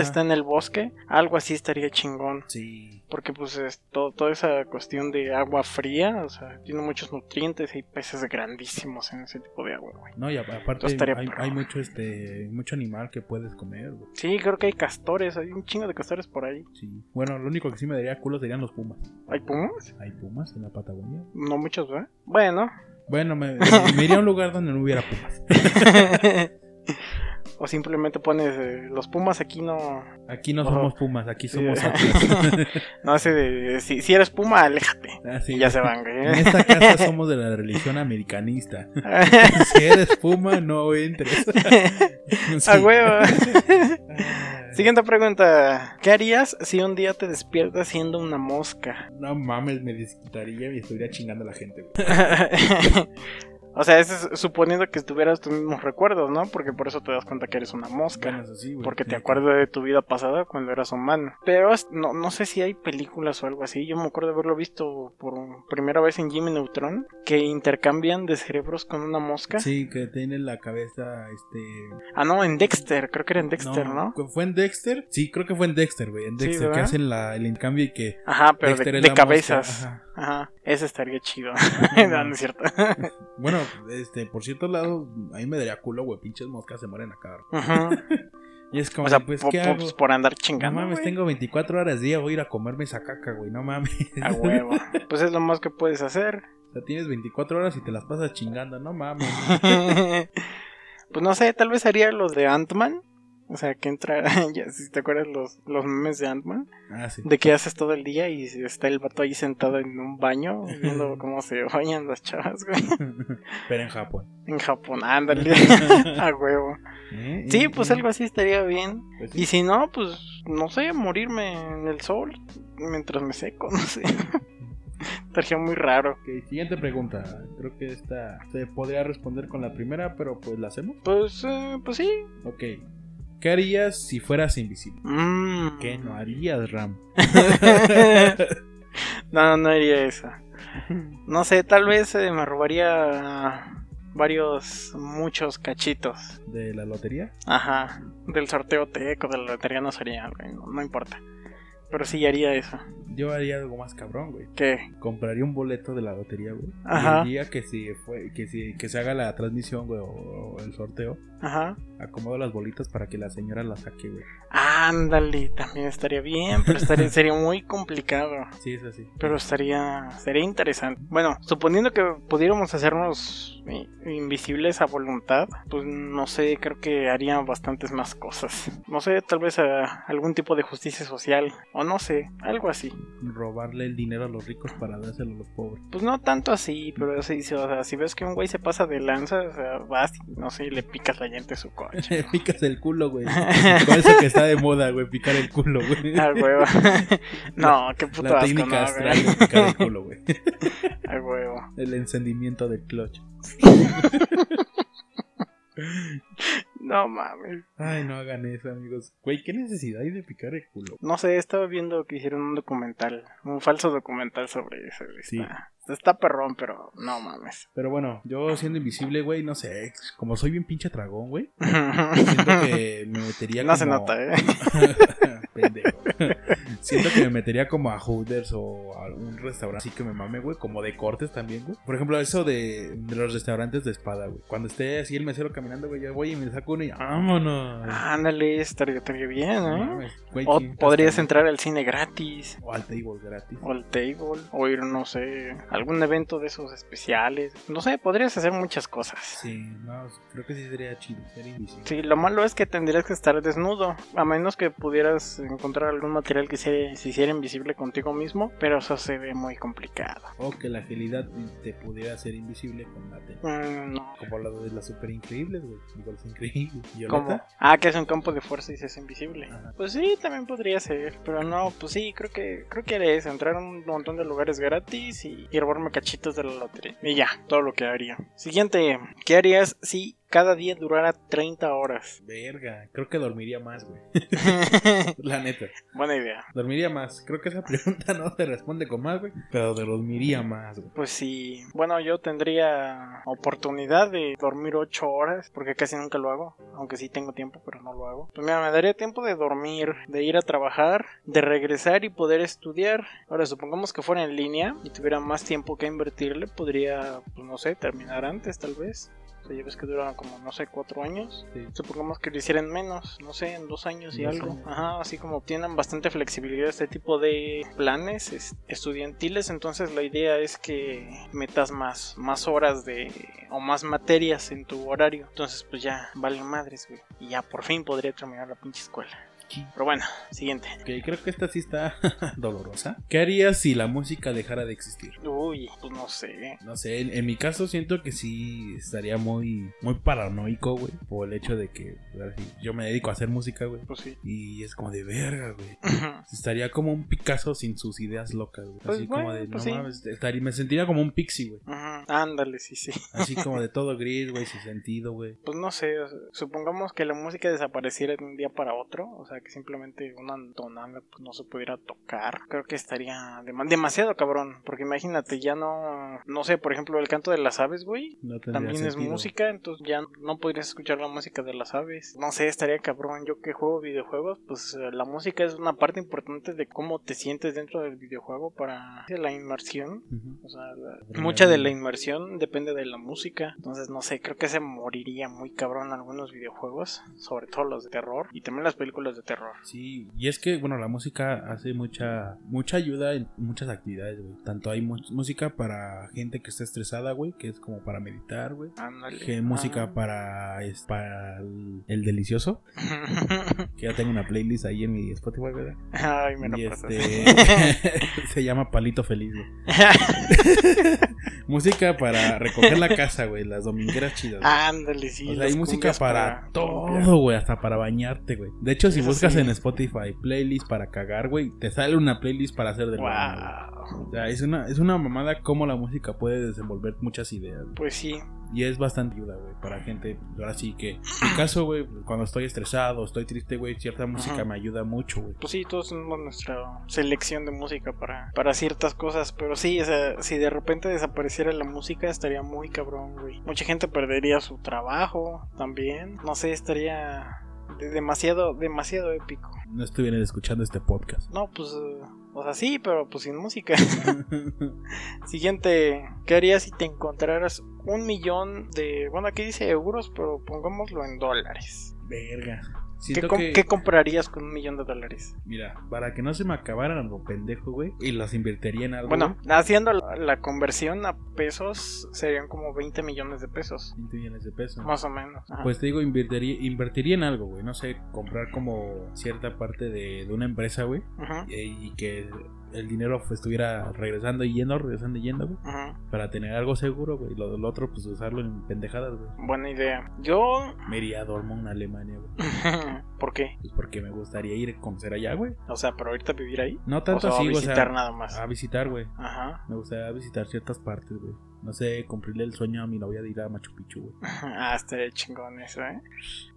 S1: bosque, ajá.
S2: está en el bosque. Algo así estaría chingón.
S1: Sí.
S2: Porque pues es todo, toda esa cuestión de agua fría, o sea, tiene muchos nutrientes y hay peces grandísimos en ese tipo de agua, güey.
S1: No, y a- aparte
S2: Entonces estaría
S1: hay,
S2: perro.
S1: hay mucho este mucho animal que puedes comer, güey.
S2: Sí, creo que hay castores, hay un chingo de castores por ahí.
S1: Sí. Bueno, lo único que sí me daría culo serían los pumas.
S2: ¿Hay pumas?
S1: ¿Hay pumas en la Patagonia?
S2: No muchos, ¿verdad? Bueno.
S1: Bueno, me, me iría a un lugar donde no hubiera pumas.
S2: o simplemente pones eh, los pumas aquí no,
S1: Aquí no
S2: Oh.
S1: somos pumas, aquí
S2: Sí.
S1: somos águilas.
S2: No, ese de, de- si, si eres puma, aléjate.
S1: Ah, sí.
S2: Y ya se van, güey.
S1: En esta casa somos de la religión americanista. Si eres puma, no entres. Sí.
S2: A huevo.
S1: Ah.
S2: Siguiente pregunta. ¿Qué harías si un día te despiertas siendo una mosca?
S1: No mames, me desquitaría y estuviera chingando a la gente, güey.
S2: O sea, eso es suponiendo que tuvieras tus mismos recuerdos, ¿no? Porque por eso te das cuenta que eres una mosca.
S1: Ganas así, güey.
S2: Porque te acuerdas de tu vida pasada cuando eras humano. Pero es- no, no sé si hay películas o algo así. Yo me acuerdo de haberlo visto por primera vez en Jimmy Neutron. Que intercambian de cerebros con una mosca.
S1: Sí, que tiene la cabeza, este...
S2: Ah, no, en Dexter. Creo que era en Dexter, ¿no?
S1: ¿cu- ¿Fue en Dexter? Sí, creo que fue en Dexter, güey. En
S2: Sí,
S1: Dexter que
S2: ¿verdad?
S1: hacen la, el intercambio y que...
S2: Ajá, pero
S1: Dexter
S2: de,
S1: es
S2: de
S1: la
S2: cabezas.
S1: mosca,
S2: Ajá.
S1: ajá.
S2: Ese estaría chido. no, no es cierto.
S1: Bueno, este, por cierto lado, a mí me daría culo, güey. Pinches moscas se mueren acá.
S2: Ujú.
S1: Y es como,
S2: O sea,
S1: pues,
S2: po-
S1: ¿qué
S2: po-
S1: hago?
S2: pues, por andar
S1: No
S2: chingando.
S1: mames,
S2: güey.
S1: tengo 24 horas día, voy a ir a comerme esa caca, güey. No mames.
S2: A huevo. Pues es lo más que puedes hacer.
S1: O sea, tienes 24 horas y te las pasas chingando, no mames.
S2: pues no sé, tal vez haría los de Ant-Man. O sea, que entra, ya, si te acuerdas los, los memes de Ant-Man,
S1: Ah, sí.
S2: de que haces todo el día y está el vato ahí sentado en un baño viendo cómo se bañan las chavas, güey.
S1: Pero en Japón.
S2: En Japón, ándale, a huevo.
S1: ¿Eh?
S2: Sí,
S1: Eh,
S2: pues
S1: eh.
S2: algo así estaría bien.
S1: Pues sí.
S2: Y si no, pues no sé, morirme en el sol mientras me seco, no sé. Estaría muy raro.
S1: Ok, siguiente pregunta. Creo que esta se podría responder con la primera, pero pues la hacemos.
S2: Pues, eh, pues sí.
S1: Ok. ¿Qué harías si fueras invisible?
S2: Mm.
S1: ¿Qué no harías, Ram?
S2: No, no haría eso. No sé, tal vez eh, me robaría varios, muchos cachitos.
S1: ¿De la lotería?
S2: Ajá, del sorteo teco, de la lotería no sería, güey, no, no importa. Pero sí haría eso.
S1: Yo haría algo más cabrón, güey.
S2: ¿Qué?
S1: Compraría un boleto de la lotería, güey.
S2: Ajá.
S1: Y el día que se, fue, que, se, que se haga la transmisión, güey, o, o el sorteo,
S2: Ajá.
S1: acomodo las bolitas para que la señora las saque, güey.
S2: Ándale, también estaría bien, pero estaría, sería muy complicado.
S1: Sí, es así.
S2: Pero estaría, sería interesante. Bueno, suponiendo que pudiéramos hacernos i- invisibles a voluntad, pues no sé, creo que haría bastantes más cosas. No sé, tal vez eh, algún tipo de justicia social, o no sé, algo así.
S1: Robarle el dinero a los ricos para dárselo a los pobres.
S2: Pues no tanto así, pero sí, sí, o sea, si ves que un güey se pasa de lanza, o sea, vas y, no sé, y le picas la llanta de su coche.
S1: Picas el culo, güey. Con eso que está de moda, güey, picar el culo, güey.
S2: Ah, huevo. no, qué puto
S1: La
S2: asco,
S1: técnica
S2: no,
S1: astral
S2: güey.
S1: de picar el culo, güey.
S2: Ah, huevo.
S1: El encendimiento del clutch.
S2: No mames.
S1: Ay, no hagan eso, amigos. Güey, ¿qué necesidad hay de picar el culo?
S2: No sé, estaba viendo que hicieron un documental, un falso documental sobre sobre
S1: Sí.
S2: esta- Está perrón, pero no mames.
S1: Pero bueno, yo siendo invisible, güey, no sé. Como soy bien pinche dragón, güey. Siento que me metería
S2: no se
S1: como-
S2: nota, ¿eh?
S1: Pendejo. Siento que me metería como a Hooters o a algún restaurante así que me mame, güey. Como de cortes también, güey. Por ejemplo, eso de, de los restaurantes de espada, güey. Cuando esté así el mesero caminando, güey, yo voy y me saco uno y vámonos.
S2: Ándale, estaría, estaría bien,
S1: No
S2: ¿eh?
S1: mames, güey,
S2: O
S1: qué-
S2: podrías entrar al cine gratis,
S1: O al table gratis.
S2: o al table, o ir, no sé, a algún evento de esos especiales. No sé, podrías hacer muchas cosas.
S1: Sí, no, creo que sí sería chido, sería invisible.
S2: Sí, lo malo es que tendrías que estar desnudo, a menos que pudieras encontrar algún material que se, se hiciera invisible contigo mismo, pero eso se ve muy complicado.
S1: O que la agilidad te pudiera hacer invisible con la tele.
S2: Mm, no.
S1: Como la de las super increíbles, güey. Igual es increíble.
S2: Como,
S1: Violeta.
S2: ah, que es un campo de fuerza y se hace invisible.
S1: Ajá.
S2: Pues sí, también podría ser, pero no, pues sí, creo que creo que haré eso, entrar a un montón de lugares gratis y, y robarme cachitos de la lotería. Y ya, todo lo que haría. Siguiente, ¿qué harías si cada día durara 30 horas?
S1: Verga, creo que dormiría más, güey. La neta.
S2: Buena idea.
S1: Dormiría más. Creo que esa pregunta no se responde con más, güey. Pero dormiría más, güey.
S2: Pues sí, bueno, yo tendría oportunidad de dormir 8 horas, porque casi nunca lo hago, aunque sí tengo tiempo, pero no lo hago. Pues mira, me daría tiempo de dormir, de ir a trabajar, de regresar y poder estudiar. Ahora, supongamos que fuera en línea y tuviera más tiempo que invertirle, podría, pues no sé, terminar antes tal vez. O sea, ya ves que dura como, no sé, 4 años.
S1: Sí.
S2: Supongamos que lo hicieran menos, no sé, en dos años y
S1: Dos
S2: algo.
S1: años.
S2: Ajá, así como tienen bastante flexibilidad este tipo de planes es- estudiantiles, entonces la idea es que metas más, más horas de o más materias en tu horario. Entonces pues ya, vale madres, güey. Y ya por fin podría terminar la pinche escuela.
S1: Chin.
S2: Pero bueno, siguiente.
S1: Ok, creo que esta sí está dolorosa. ¿Qué harías si la música dejara de existir?
S2: Uy, pues no sé.
S1: No sé, en, en mi caso siento que sí estaría muy, muy paranoico, güey. Por el hecho de que pues, ahora sí, yo me dedico a hacer música, güey.
S2: Pues sí.
S1: Y es como de verga, güey. Estaría como un Picasso sin sus ideas locas, güey.
S2: Pues
S1: Así como
S2: bueno,
S1: de,
S2: pues
S1: no
S2: sí.
S1: mames, estaría- me sentiría como un pixie, güey.
S2: Ujú, Ándale, sí, sí.
S1: Así como de todo gris, güey, sin sentido, güey.
S2: Pues no sé, o sea, supongamos que la música desapareciera de un día para otro, o sea, que simplemente una tonada pues, no se pudiera tocar. Creo que estaría dema- demasiado cabrón, porque imagínate, ya no, no sé, por ejemplo, el canto de las aves, güey.
S1: No tendría
S2: También es
S1: sentido.
S2: música, entonces ya no podrías escuchar la música de las aves. No sé, estaría cabrón. Yo que juego videojuegos, pues eh, la música es una parte importante de cómo te sientes dentro del videojuego para la inmersión.
S1: Ujú.
S2: O sea, la-
S1: Adrenalina.
S2: mucha de la inmersión depende de la música. Entonces, no sé, creo que se moriría muy cabrón algunos videojuegos, sobre todo los de terror y también las películas de terror.
S1: Sí, y es que, bueno, la música hace mucha mucha ayuda en muchas actividades, güey. Tanto hay mu- música para gente que está estresada, güey, que es como para meditar, güey.
S2: Ándale.
S1: Que hay música
S2: Ah.
S1: para, es, para el, el delicioso, que ya tengo una playlist ahí en mi Spotify, ¿verdad?
S2: Ah. Ay, me lo
S1: Y
S2: pasas.
S1: este se llama Palito Feliz, güey. Música para recoger la casa, güey, las domingueras chidas.
S2: Ah.
S1: güey.
S2: Ándale, sí.
S1: O sea,
S2: las
S1: hay música
S2: cumbias
S1: para,
S2: cumbias.
S1: todo, güey, hasta para bañarte, güey. De hecho, si
S2: Eso
S1: buscas
S2: sí.
S1: en Spotify playlist para cagar, güey, te sale una playlist para hacer del baño. güey.
S2: Wow.
S1: O sea, es una, es una mamada cómo la música puede desenvolver muchas ideas. güey.
S2: Pues sí.
S1: Y es bastante ayuda, güey, para gente. pues, Ahora sí que, en
S2: Ah.
S1: mi caso, güey, cuando estoy estresado, estoy triste, güey, cierta música
S2: Ajá.
S1: me ayuda mucho, güey.
S2: Pues sí, todos tenemos nuestra selección de música para, para ciertas cosas, pero sí, o sea, si de repente desapareciera la música estaría muy cabrón, güey. Mucha gente perdería su trabajo también, no sé, estaría de- demasiado, demasiado épico.
S1: No estuvieran escuchando este podcast.
S2: No, pues, eh, o sea, sí, pero pues sin música. Siguiente, ¿qué harías si te encontraras un millón de, bueno, aquí dice euros, pero pongámoslo en dólares?
S1: Verga.
S2: ¿Qué,
S1: Siento
S2: com-
S1: que,
S2: ¿Qué comprarías con un millón de dólares?
S1: mira, para que no se me acabaran lo pendejo, güey, y las invertiría en algo.
S2: Bueno, haciendo la, la conversión a pesos serían como 20 millones de pesos,
S1: 20 millones de pesos.
S2: más o menos. Ajá.
S1: Pues te digo, invertiría, invertiría en algo, güey. No sé, comprar como cierta parte de, de una empresa, güey. e,
S2: Ajá,
S1: Y, y que el dinero pues, estuviera regresando y yendo, regresando y yendo, güey.
S2: ajá.
S1: Para tener algo seguro, güey. Lo, lo otro, pues usarlo en pendejadas, güey.
S2: Buena idea. Yo,
S1: Me iría a Dortmund, Alemania, güey.
S2: ¿por qué?
S1: Pues porque me gustaría ir a conocer allá, güey.
S2: O sea, pero ahorita vivir ahí.
S1: No
S2: O
S1: tanto
S2: sea, a
S1: así, güey. o sea,
S2: visitar nada más.
S1: a visitar, güey.
S2: Ajá.
S1: Me gustaría visitar ciertas partes, güey. No sé, cumplirle el sueño a mi novia de ir a Machu Picchu, güey.
S2: Ah, estaría chingón eso, ¿eh?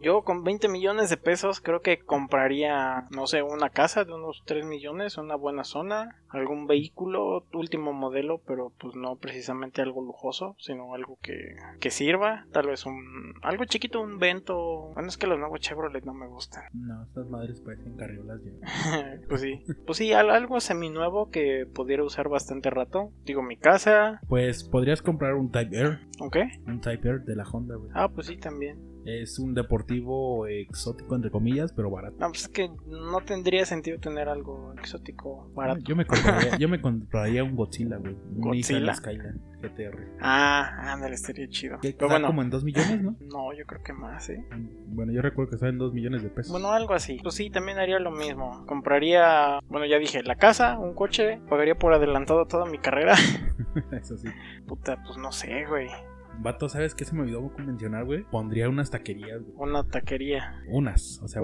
S2: Yo con 20 millones de pesos creo que compraría, no sé, una casa de unos 3 millones, una buena zona, algún vehículo, último modelo, pero pues no precisamente algo lujoso, sino algo que, que sirva. Tal vez un algo chiquito, un vento. Bueno, es que los nuevos Chevrolet no me gustan.
S1: No, estas madres parecen carriolas ya.
S2: pues sí. Pues sí, al- algo seminuevo que pudiera usar bastante rato. Digo, mi casa,
S1: Pues podrías comprar un Type Air.
S2: ¿ok?
S1: Un Type Air de la Honda, güey.
S2: Ah, pues sí, también.
S1: Es un deportivo exótico, entre comillas, pero barato.
S2: No, pues es que no tendría sentido tener algo exótico barato.
S1: Yo me compraría, yo me compraría un Godzilla, güey. Un
S2: ¿Godzilla?
S1: Nissan Skyline GTR.
S2: Ah, ándale, estaría chido.
S1: Que está
S2: Pero bueno,
S1: como en 2 millones, ¿no?
S2: no, yo creo que más, ¿eh?
S1: Bueno, yo recuerdo que está en 2 millones de pesos.
S2: Bueno, algo así. Pues sí, también haría lo mismo. Compraría, bueno, ya dije, la casa, un coche, pagaría por adelantado toda mi carrera.
S1: Eso sí.
S2: Puta, pues no sé, güey.
S1: Vato, ¿sabes qué se me olvidó mencionar, güey? Pondría unas taquerías, güey.
S2: Una taquería.
S1: Unas, o sea,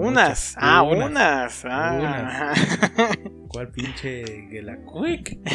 S1: muchas.
S2: unas. Ah, unas. Ah, ajá.
S1: ¿Cuál pinche Gelacuec?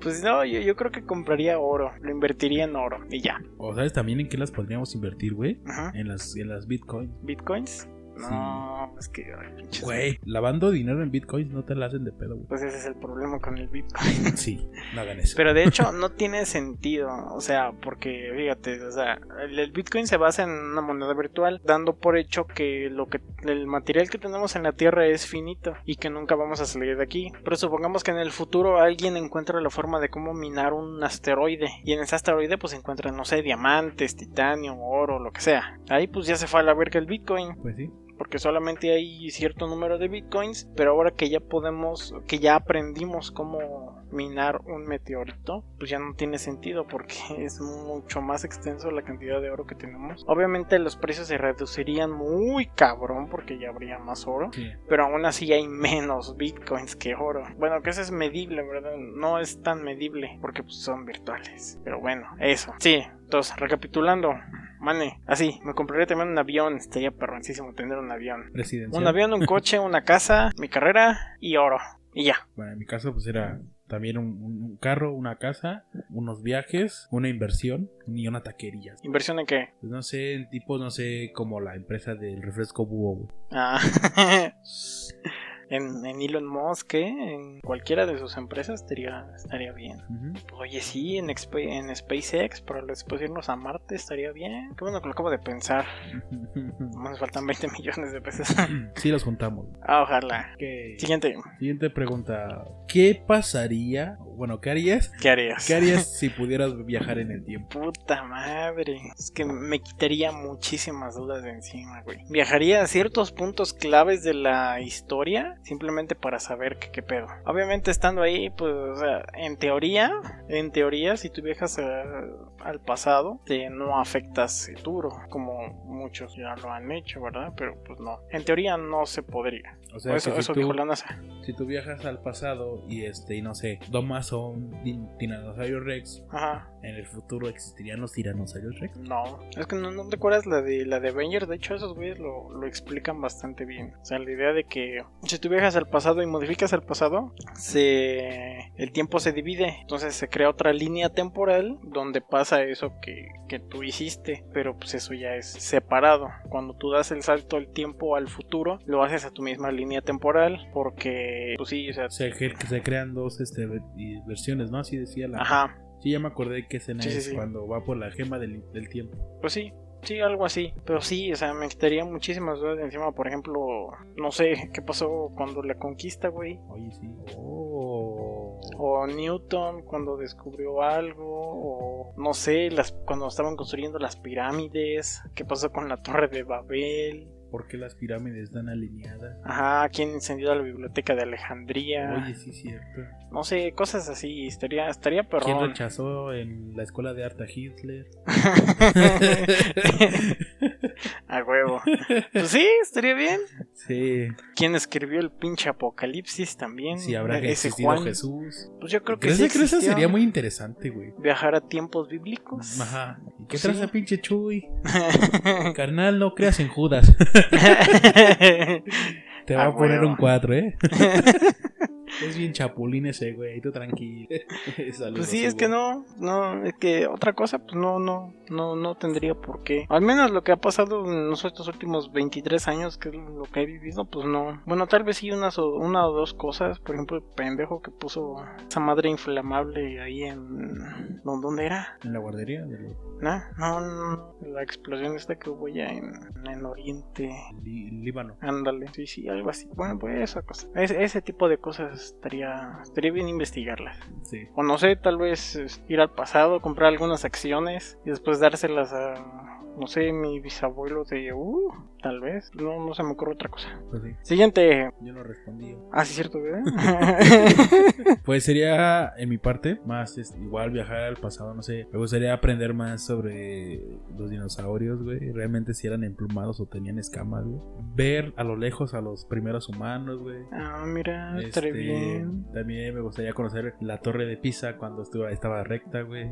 S2: pues no, yo, yo creo que compraría oro. Lo invertiría en oro y ya.
S1: ¿O sabes también en qué las podríamos invertir, güey?
S2: Ajá.
S1: En las, en las bitcoins.
S2: ¿Bitcoins? No, es que. ay, pinches-
S1: Güey, lavando dinero en bitcoins no te la hacen de pedo, güey.
S2: Pues ese es el problema con el Bitcoin.
S1: Sí, no hagan eso.
S2: Pero de hecho no tiene sentido, o sea, porque fíjate, o sea, el, el Bitcoin se basa en una moneda virtual, dando por hecho que lo que el material que tenemos en la Tierra es finito y que nunca vamos a salir de aquí. Pero supongamos que en el futuro alguien encuentra la forma de cómo minar un asteroide y en ese asteroide pues encuentran no sé, diamantes, titanio, oro, lo que sea. Ahí pues ya se fue a la verga el Bitcoin.
S1: Pues sí.
S2: porque solamente hay cierto número de bitcoins, pero ahora que ya podemos, que ya aprendimos cómo minar un meteorito, pues ya no tiene sentido porque es mucho más extenso la cantidad de oro que tenemos. Obviamente los precios se reducirían muy cabrón porque ya habría más oro,
S1: Sí.
S2: pero aún así hay menos bitcoins que oro. Bueno, que eso es medible, ¿verdad? No es tan medible porque pues, son virtuales. Pero bueno, eso. Sí, entonces, recapitulando. Mane, así, me compraría también un avión. Estaría perroncísimo tener un avión.
S1: Presidencial.
S2: Un avión, un coche, una casa, mi carrera y oro. Y ya.
S1: Bueno, en mi caso, pues era también un, un- un carro, una casa, unos viajes, una inversión y una taquería.
S2: ¿Inversión en qué?
S1: Pues no sé, en tipo, no sé, como la empresa del refresco búho, güey.
S2: Ah, en, en Elon Musk, ¿eh? en cualquiera de sus empresas estaría, estaría bien.
S1: Ujú.
S2: Oye, sí, en, Exp- en SpaceX, para después irnos a Marte estaría bien. Qué bueno que lo acabo de pensar. Nos faltan 20 millones de pesos.
S1: Sí, los juntamos.
S2: ah, ojalá. Siguiente,
S1: Siguiente pregunta. ¿Qué pasaría? Bueno, ¿qué harías?
S2: ¿qué harías?
S1: ¿Qué harías si pudieras viajar en el tiempo?
S2: Puta madre. Es que me quitaría muchísimas dudas de encima, güey. Viajaría a ciertos puntos claves de la historia simplemente para saber qué, qué pedo. Obviamente estando ahí, pues, o sea, en teoría, en teoría, si tú viajas a- al pasado, te no afectas el futuro, como muchos ya lo han hecho, ¿verdad? Pero pues no. En teoría no se podría.
S1: O sea,
S2: eso
S1: que si,
S2: eso
S1: tú,
S2: dijo la NASA.
S1: si tú viajas al pasado y este, y no sé, domas a un din- tiranosaurio Rex,
S2: Ajá.
S1: en el futuro existirían los tiranosaurios Rex.
S2: No, es que no, no te acuerdas la de la de Avengers, de hecho esos güeyes lo, lo explican bastante bien. O sea, la idea de que si tú viajas al pasado y modificas el pasado, se el tiempo se divide, entonces se crea otra línea temporal donde pasa eso que, que tú hiciste, pero pues eso ya es separado. Cuando tú das el salto al tiempo al futuro, lo haces a tu misma línea temporal porque pues sí, o sea,
S1: O sea, que que se crean dos este, ver- y versiones, ¿no? Así decía la...
S2: ajá,
S1: Sí, ya me acordé que escena
S2: Sí, sí,
S1: es
S2: sí.
S1: cuando va por la gema del, del tiempo.
S2: Pues sí, sí, algo así. Pero sí, o sea, me quitaría muchísimas dudas de encima. Por ejemplo, no sé qué pasó cuando la conquista, güey.
S1: Oye, sí. Oh.
S2: O Newton cuando descubrió algo. O no sé, las, cuando estaban construyendo las pirámides. ¿Qué pasó con la torre de Babel?
S1: ¿Por qué las pirámides están alineadas?
S2: Ajá, ¿quién incendió la biblioteca de Alejandría?
S1: Oye, sí, cierto.
S2: No sé, cosas así. Estaría, estaría
S1: ¿Quién
S2: perrón.
S1: rechazó en la escuela de arte a Hitler?
S2: A huevo. Pues sí, estaría bien.
S1: sí.
S2: ¿Quién escribió el pinche Apocalipsis también?
S1: Si habrá
S2: Ese
S1: existido
S2: Juan.
S1: Jesús.
S2: Pues yo creo que
S1: ¿Crees
S2: sí
S1: que eso
S2: existió.
S1: sería muy interesante, güey?
S2: Viajar a tiempos bíblicos.
S1: Ajá. ¿Y qué
S2: pues Sí.
S1: traes a pinche Chuy? Carnal, no creas en Judas. Te va
S2: Ah,
S1: a poner
S2: huevo.
S1: un 4, ¿eh? es bien chapulín ese, güey. Tú tranquilo. Saludos,
S2: pues sí, es
S1: Hugo.
S2: que no, no, es que otra cosa, pues no, no, no, no tendría por qué. Al menos lo que ha pasado en los- estos últimos 23 años, que es lo que he vivido, pues no. Bueno, tal vez sí unas o, una o dos cosas. Por ejemplo, el pendejo que puso esa madre inflamable ahí en... ¿dó- ¿Dónde era?
S1: En la guardería de los
S2: ¿No? No, no, no, la explosión esta que hubo ya en, en Oriente.
S1: Lí- Líbano.
S2: Ándale, sí, sí, algo así. Bueno, pues esa cosa. Es- ese tipo de cosas estaría, estaría bien investigarlas.
S1: Sí.
S2: O no sé, tal vez es, ir al pasado, comprar algunas acciones y después dárselas a, no sé, mi bisabuelo de... Uh, tal vez. No, no se me ocurre otra cosa.
S1: Pues sí.
S2: Siguiente.
S1: Yo no respondí.
S2: Ah, sí, cierto, ¿verdad?
S1: Pues sería, en mi parte, más este, igual viajar al pasado, no sé. Me gustaría aprender más sobre los dinosaurios, güey. Realmente si eran emplumados o tenían escamas, güey. Ver a lo lejos a los primeros humanos, güey.
S2: ah, mira,
S1: Este,
S2: estaré bien.
S1: También me gustaría conocer la torre de Pisa cuando estuvo, estaba recta, güey.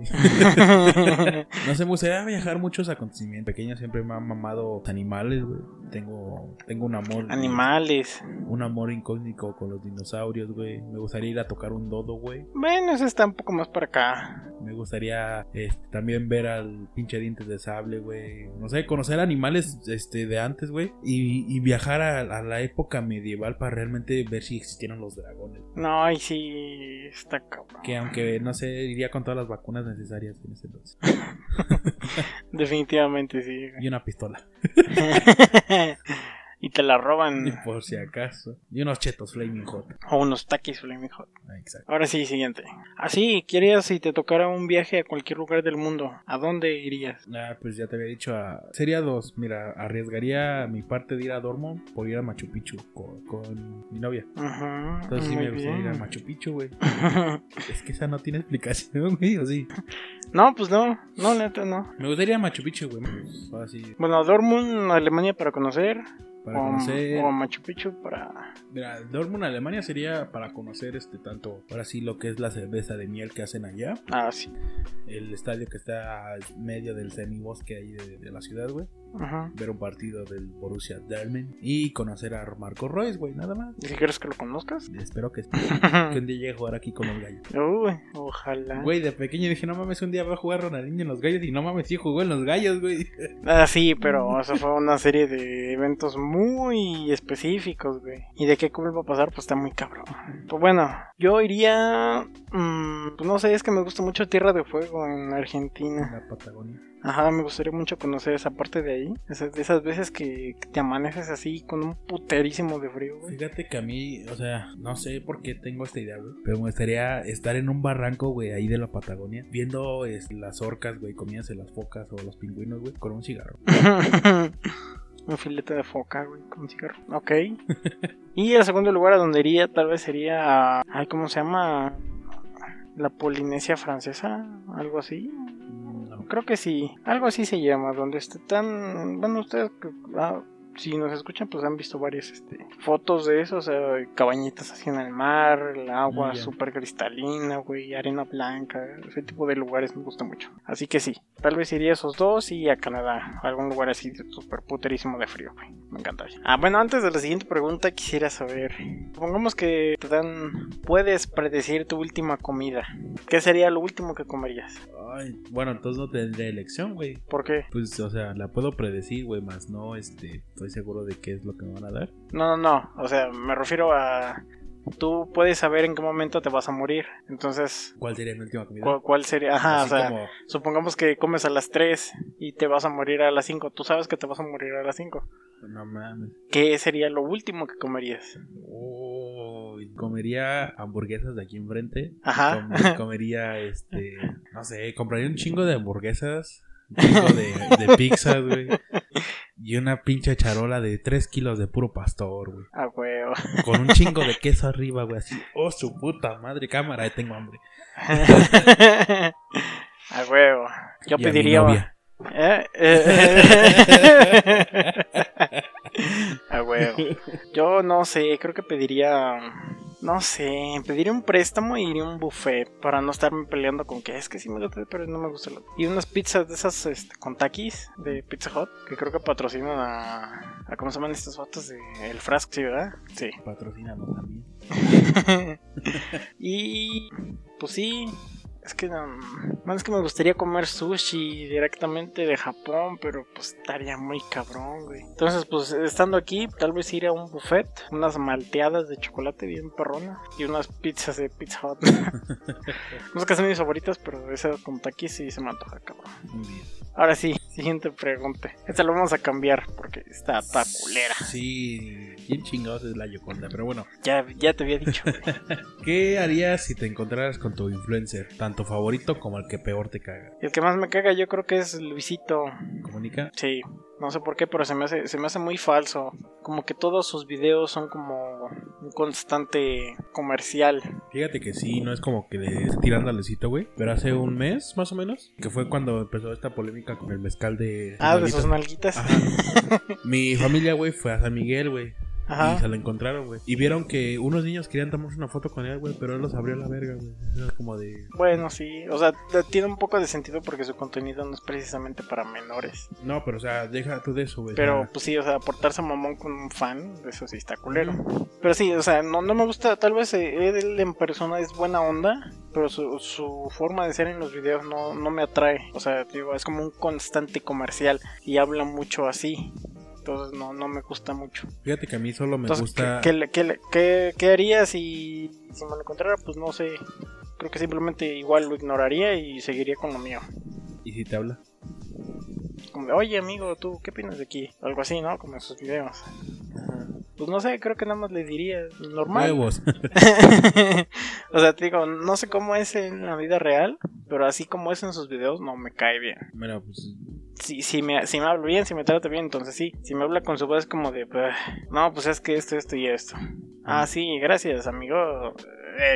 S1: no sé, me gustaría viajar muchos acontecimientos. Pequeño siempre me han mamado los animales, güey. Tengo, tengo un amor.
S2: Animales.
S1: Un amor incógnito con los dinosaurios, güey. Me gustaría ir a tocar un dodo, güey.
S2: Bueno, eso está un poco más para acá.
S1: Me gustaría este, también ver al pinche dientes de sable, güey. No sé, conocer animales este, de antes, güey. Y, y viajar a, a la época medieval para realmente ver si existieron los dragones.
S2: No, ahí sí está cabrón.
S1: Que aunque, no sé, iría con todas las vacunas necesarias en ese entonces.
S2: Definitivamente sí. güey.
S1: Y una pistola.
S2: Y te la roban.
S1: Y por si acaso. Y unos chetos Flaming Hot.
S2: O unos taquis Flaming Hot.
S1: Ah, Exacto.
S2: Ahora sí, siguiente. Así, querías si te tocara un viaje a cualquier lugar del mundo, ¿a dónde irías?
S1: Ah, pues ya te había dicho. ah, Sería dos. Mira, arriesgaría mi parte de ir a Dortmund por ir a Machu Picchu con, con mi novia.
S2: Ajá,
S1: Entonces Pues sí
S2: muy
S1: me gustaría ir a
S2: bien.
S1: Machu Picchu, güey. Es que esa no tiene explicación, güey. O sí.
S2: no, pues no, no, neta, no.
S1: Me gustaría ir a Machu Picchu, güey. Ahora sí,
S2: Bueno, a Dortmund, Alemania para conocer.
S1: para
S2: o,
S1: conocer.
S2: o a Machu Picchu para.
S1: Mira, Dortmund, Alemania sería para conocer este tanto. Ahora sí, lo que es la cerveza de miel que hacen allá.
S2: Ah, sí.
S1: El estadio que está en medio del semibosque ahí de, de la ciudad, güey.
S2: Ajá.
S1: Ver un partido del Borussia Dortmund y conocer a Marco Royce, güey, nada más.
S2: ¿Y si quieres que lo conozcas?
S1: Espero que, que un día llegue a jugar aquí con los gallos.
S2: Uy, ojalá.
S1: Güey, de pequeño dije, no mames, un día va a jugar Ronaldinho en los gallos. Y no mames, sí jugó en los gallos, güey.
S2: Ah, sí, pero eso fue una serie de eventos muy específicos, güey. ¿Y de qué club va a pasar? Pues está muy cabrón. Pues bueno, yo iría... mm, pues no sé, es que me gusta mucho Tierra de Fuego en
S1: En
S2: Argentina.
S1: la Patagonia.
S2: Ajá, me gustaría mucho conocer esa parte de ahí. Esas, de esas veces que te amaneces así con un puterísimo de frío, güey.
S1: Fíjate que a mí, o sea, no sé por qué tengo esta idea, güey. Pero me gustaría estar en un barranco, güey, ahí de la Patagonia, viendo es, las orcas, güey, comiéndose las focas o los pingüinos, güey, con un cigarro.
S2: un filete de foca, güey, con cigarro. Ok. y el segundo lugar a donde iría tal vez sería... Ay, ¿cómo se llama? La Polinesia francesa, algo así.
S1: No.
S2: Creo que sí, algo así se llama, donde está tan... Bueno, ustedes, que- ah, si nos escuchan, pues han visto varias este, fotos de eso, o sea, cabañitas así en el mar, el agua
S1: Ya.
S2: súper cristalina, güey, arena blanca, ese tipo de lugares me gusta mucho. Así que sí, tal vez iría a esos dos y a Canadá, a algún lugar así de súper puterísimo de frío, güey, me encantaría. Ah, bueno, antes de la siguiente pregunta quisiera saber, supongamos que te dan, puedes predecir tu última comida, ¿qué sería lo último que comerías?
S1: Ay, bueno, entonces no tendré elección, güey.
S2: ¿Por qué?
S1: Pues, o sea, la puedo predecir, güey, más no, este, estoy seguro de qué es lo que me van a dar.
S2: No, no, no. O sea, me refiero a. Tú puedes saber en qué momento te vas a morir. Entonces,
S1: ¿Cuál sería mi última comida?
S2: ¿cu- ¿cuál sería? Ajá,
S1: Así
S2: o sea,
S1: como,
S2: supongamos que comes a las 3 y te vas a morir a las 5. Tú sabes que te vas a morir a las 5.
S1: no mames.
S2: ¿Qué sería lo último que comerías?
S1: Oh, comería hamburguesas de aquí enfrente.
S2: Ajá.
S1: Com- comería, este, no sé, compraría un chingo de hamburguesas, un chingo de, de pizzas, güey. Y una pinche charola de 3 kilos de puro pastor, güey.
S2: A huevo.
S1: Con un chingo de queso arriba, güey. Así, oh, su puta madre, cámara, ya tengo hambre.
S2: A huevo. Yo
S1: Y a mi
S2: pediría.
S1: novia.
S2: ¿Eh? Eh. A huevo. Yo no sé, creo que pediría. No sé, pediría un préstamo y iría a un buffet para no estarme peleando con que es que sí me gusta, pero no me gusta. el otro". Y unas pizzas de esas este, con taquis de Pizza Hut que creo que patrocinan a. a ¿Cómo se llaman estos vatos? De El Frasco, ¿sí, verdad? Sí.
S1: Patrocínanos también.
S2: y. Pues sí. Es que mm, más que me gustaría comer sushi directamente de Japón, pero pues estaría muy cabrón, güey. Entonces, pues estando aquí, tal vez ir a un buffet, unas malteadas de chocolate bien perrona y unas pizzas de Pizza Hut. no es que son mis favoritas, pero esa con aquí sí se me antoja, cabrón.
S1: Muy bien.
S2: Ahora sí, siguiente pregunta. Esta lo vamos a cambiar porque está taculera.
S1: Sí, bien chingados es la Yoconda, pero bueno.
S2: Ya, ya te había dicho. güey.
S1: ¿Qué harías si te encontraras con tu influencer, tanto favorito como el que peor te caga?
S2: El que más me caga yo creo que es Luisito.
S1: ¿Comunica?
S2: Sí, no sé por qué, pero se me hace, se me hace muy falso. Como que todos sus videos son como un constante comercial.
S1: Fíjate que sí, no es como que le esté tirando al Luisito, güey. Pero hace un mes, más o menos, que fue cuando empezó esta polémica con el mezcal de.
S2: Ah, de
S1: Manguito.
S2: sus nalguitas.
S1: Ajá. Mi familia, güey, fue a San Miguel, güey. Y se
S2: Ajá.
S1: lo encontraron, güey. Y vieron que unos niños querían tomarse una foto con él, güey, pero él los abrió a la verga, güey. Era como de.
S2: Bueno, sí, o sea, t- tiene un poco de sentido porque su contenido no es precisamente para menores.
S1: No, pero o sea, deja tú de eso, güey.
S2: Pero pues sí, o sea, portarse mamón con un fan, eso sí está culero. Pero sí, o sea, no, no me gusta, tal vez eh, él en persona es buena onda, pero su, su forma de ser en los videos no, no me atrae. O sea, digo, es como un constante comercial y habla mucho así. Entonces no, no me gusta mucho.
S1: Fíjate que a mí solo me
S2: Entonces,
S1: gusta.
S2: ¿qué, qué le- qué le- qué- qué haría si, si me lo encontrara? Pues no sé. Creo que simplemente igual lo ignoraría y seguiría con lo mío.
S1: ¿Y si te habla?
S2: Como de, oye amigo, ¿tú qué opinas de aquí? Algo así, ¿no? Como en sus videos. Pues no sé, creo que nada más le diría normal.
S1: Huevos.
S2: o sea, te digo, no sé cómo es en la vida real, pero así como es en sus videos, no me cae bien.
S1: Mira, pues.
S2: Si, si, me, si me habla bien, si me trata bien, entonces sí. Si me habla con su voz es como de, "Bah, no, pues es que esto, esto y esto. Ah, sí, gracias, amigo.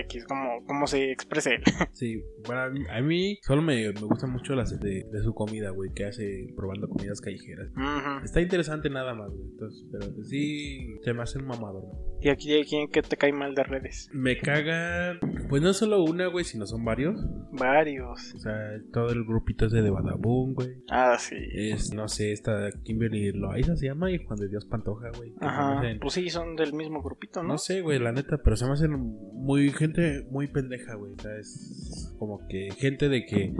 S2: X, como, como se expresa él.
S1: Sí, bueno, a mí, a mí solo me, me gustan mucho las de, de su comida, güey, que hace probando comidas callejeras.
S2: Ujú.
S1: Está interesante nada más, güey. Entonces, pero pues sí, se me hace un mamador.
S2: Y aquí hay quien que te cae mal de redes.
S1: Me cagan. Pues no solo una, güey, sino son varios.
S2: Varios.
S1: O sea, todo el grupito ese de Badabun, güey.
S2: Ah, sí.
S1: Es, no sé, esta Kimberly Loaiza se llama y Juan de Dios Pantoja, güey. que se me
S2: Ajá.
S1: hacen-
S2: Pues sí, son del mismo grupito, ¿no?
S1: No sé, güey, la neta, pero se me hacen muy gente muy pendeja, güey. O sea, es como que gente de que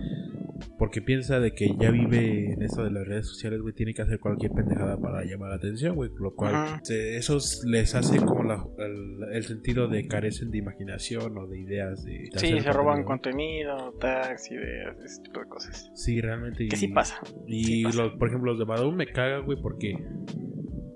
S1: porque piensa de que ya vive en eso de las redes sociales, güey, tiene que hacer cualquier pendejada para llamar la atención, güey, lo cual
S2: Ajá.
S1: se- esos les hace como la- el, el sentido de carecen de imaginación o de ideas de, de
S2: Sí,
S1: hacer
S2: se roban
S1: contenido.
S2: contenido, tags, ideas, ese tipo de cosas.
S1: Sí, realmente
S2: Que sí
S1: y-
S2: pasa.
S1: Y
S2: Sí pasa.
S1: los, por ejemplo, los de Badum me cagan, güey, porque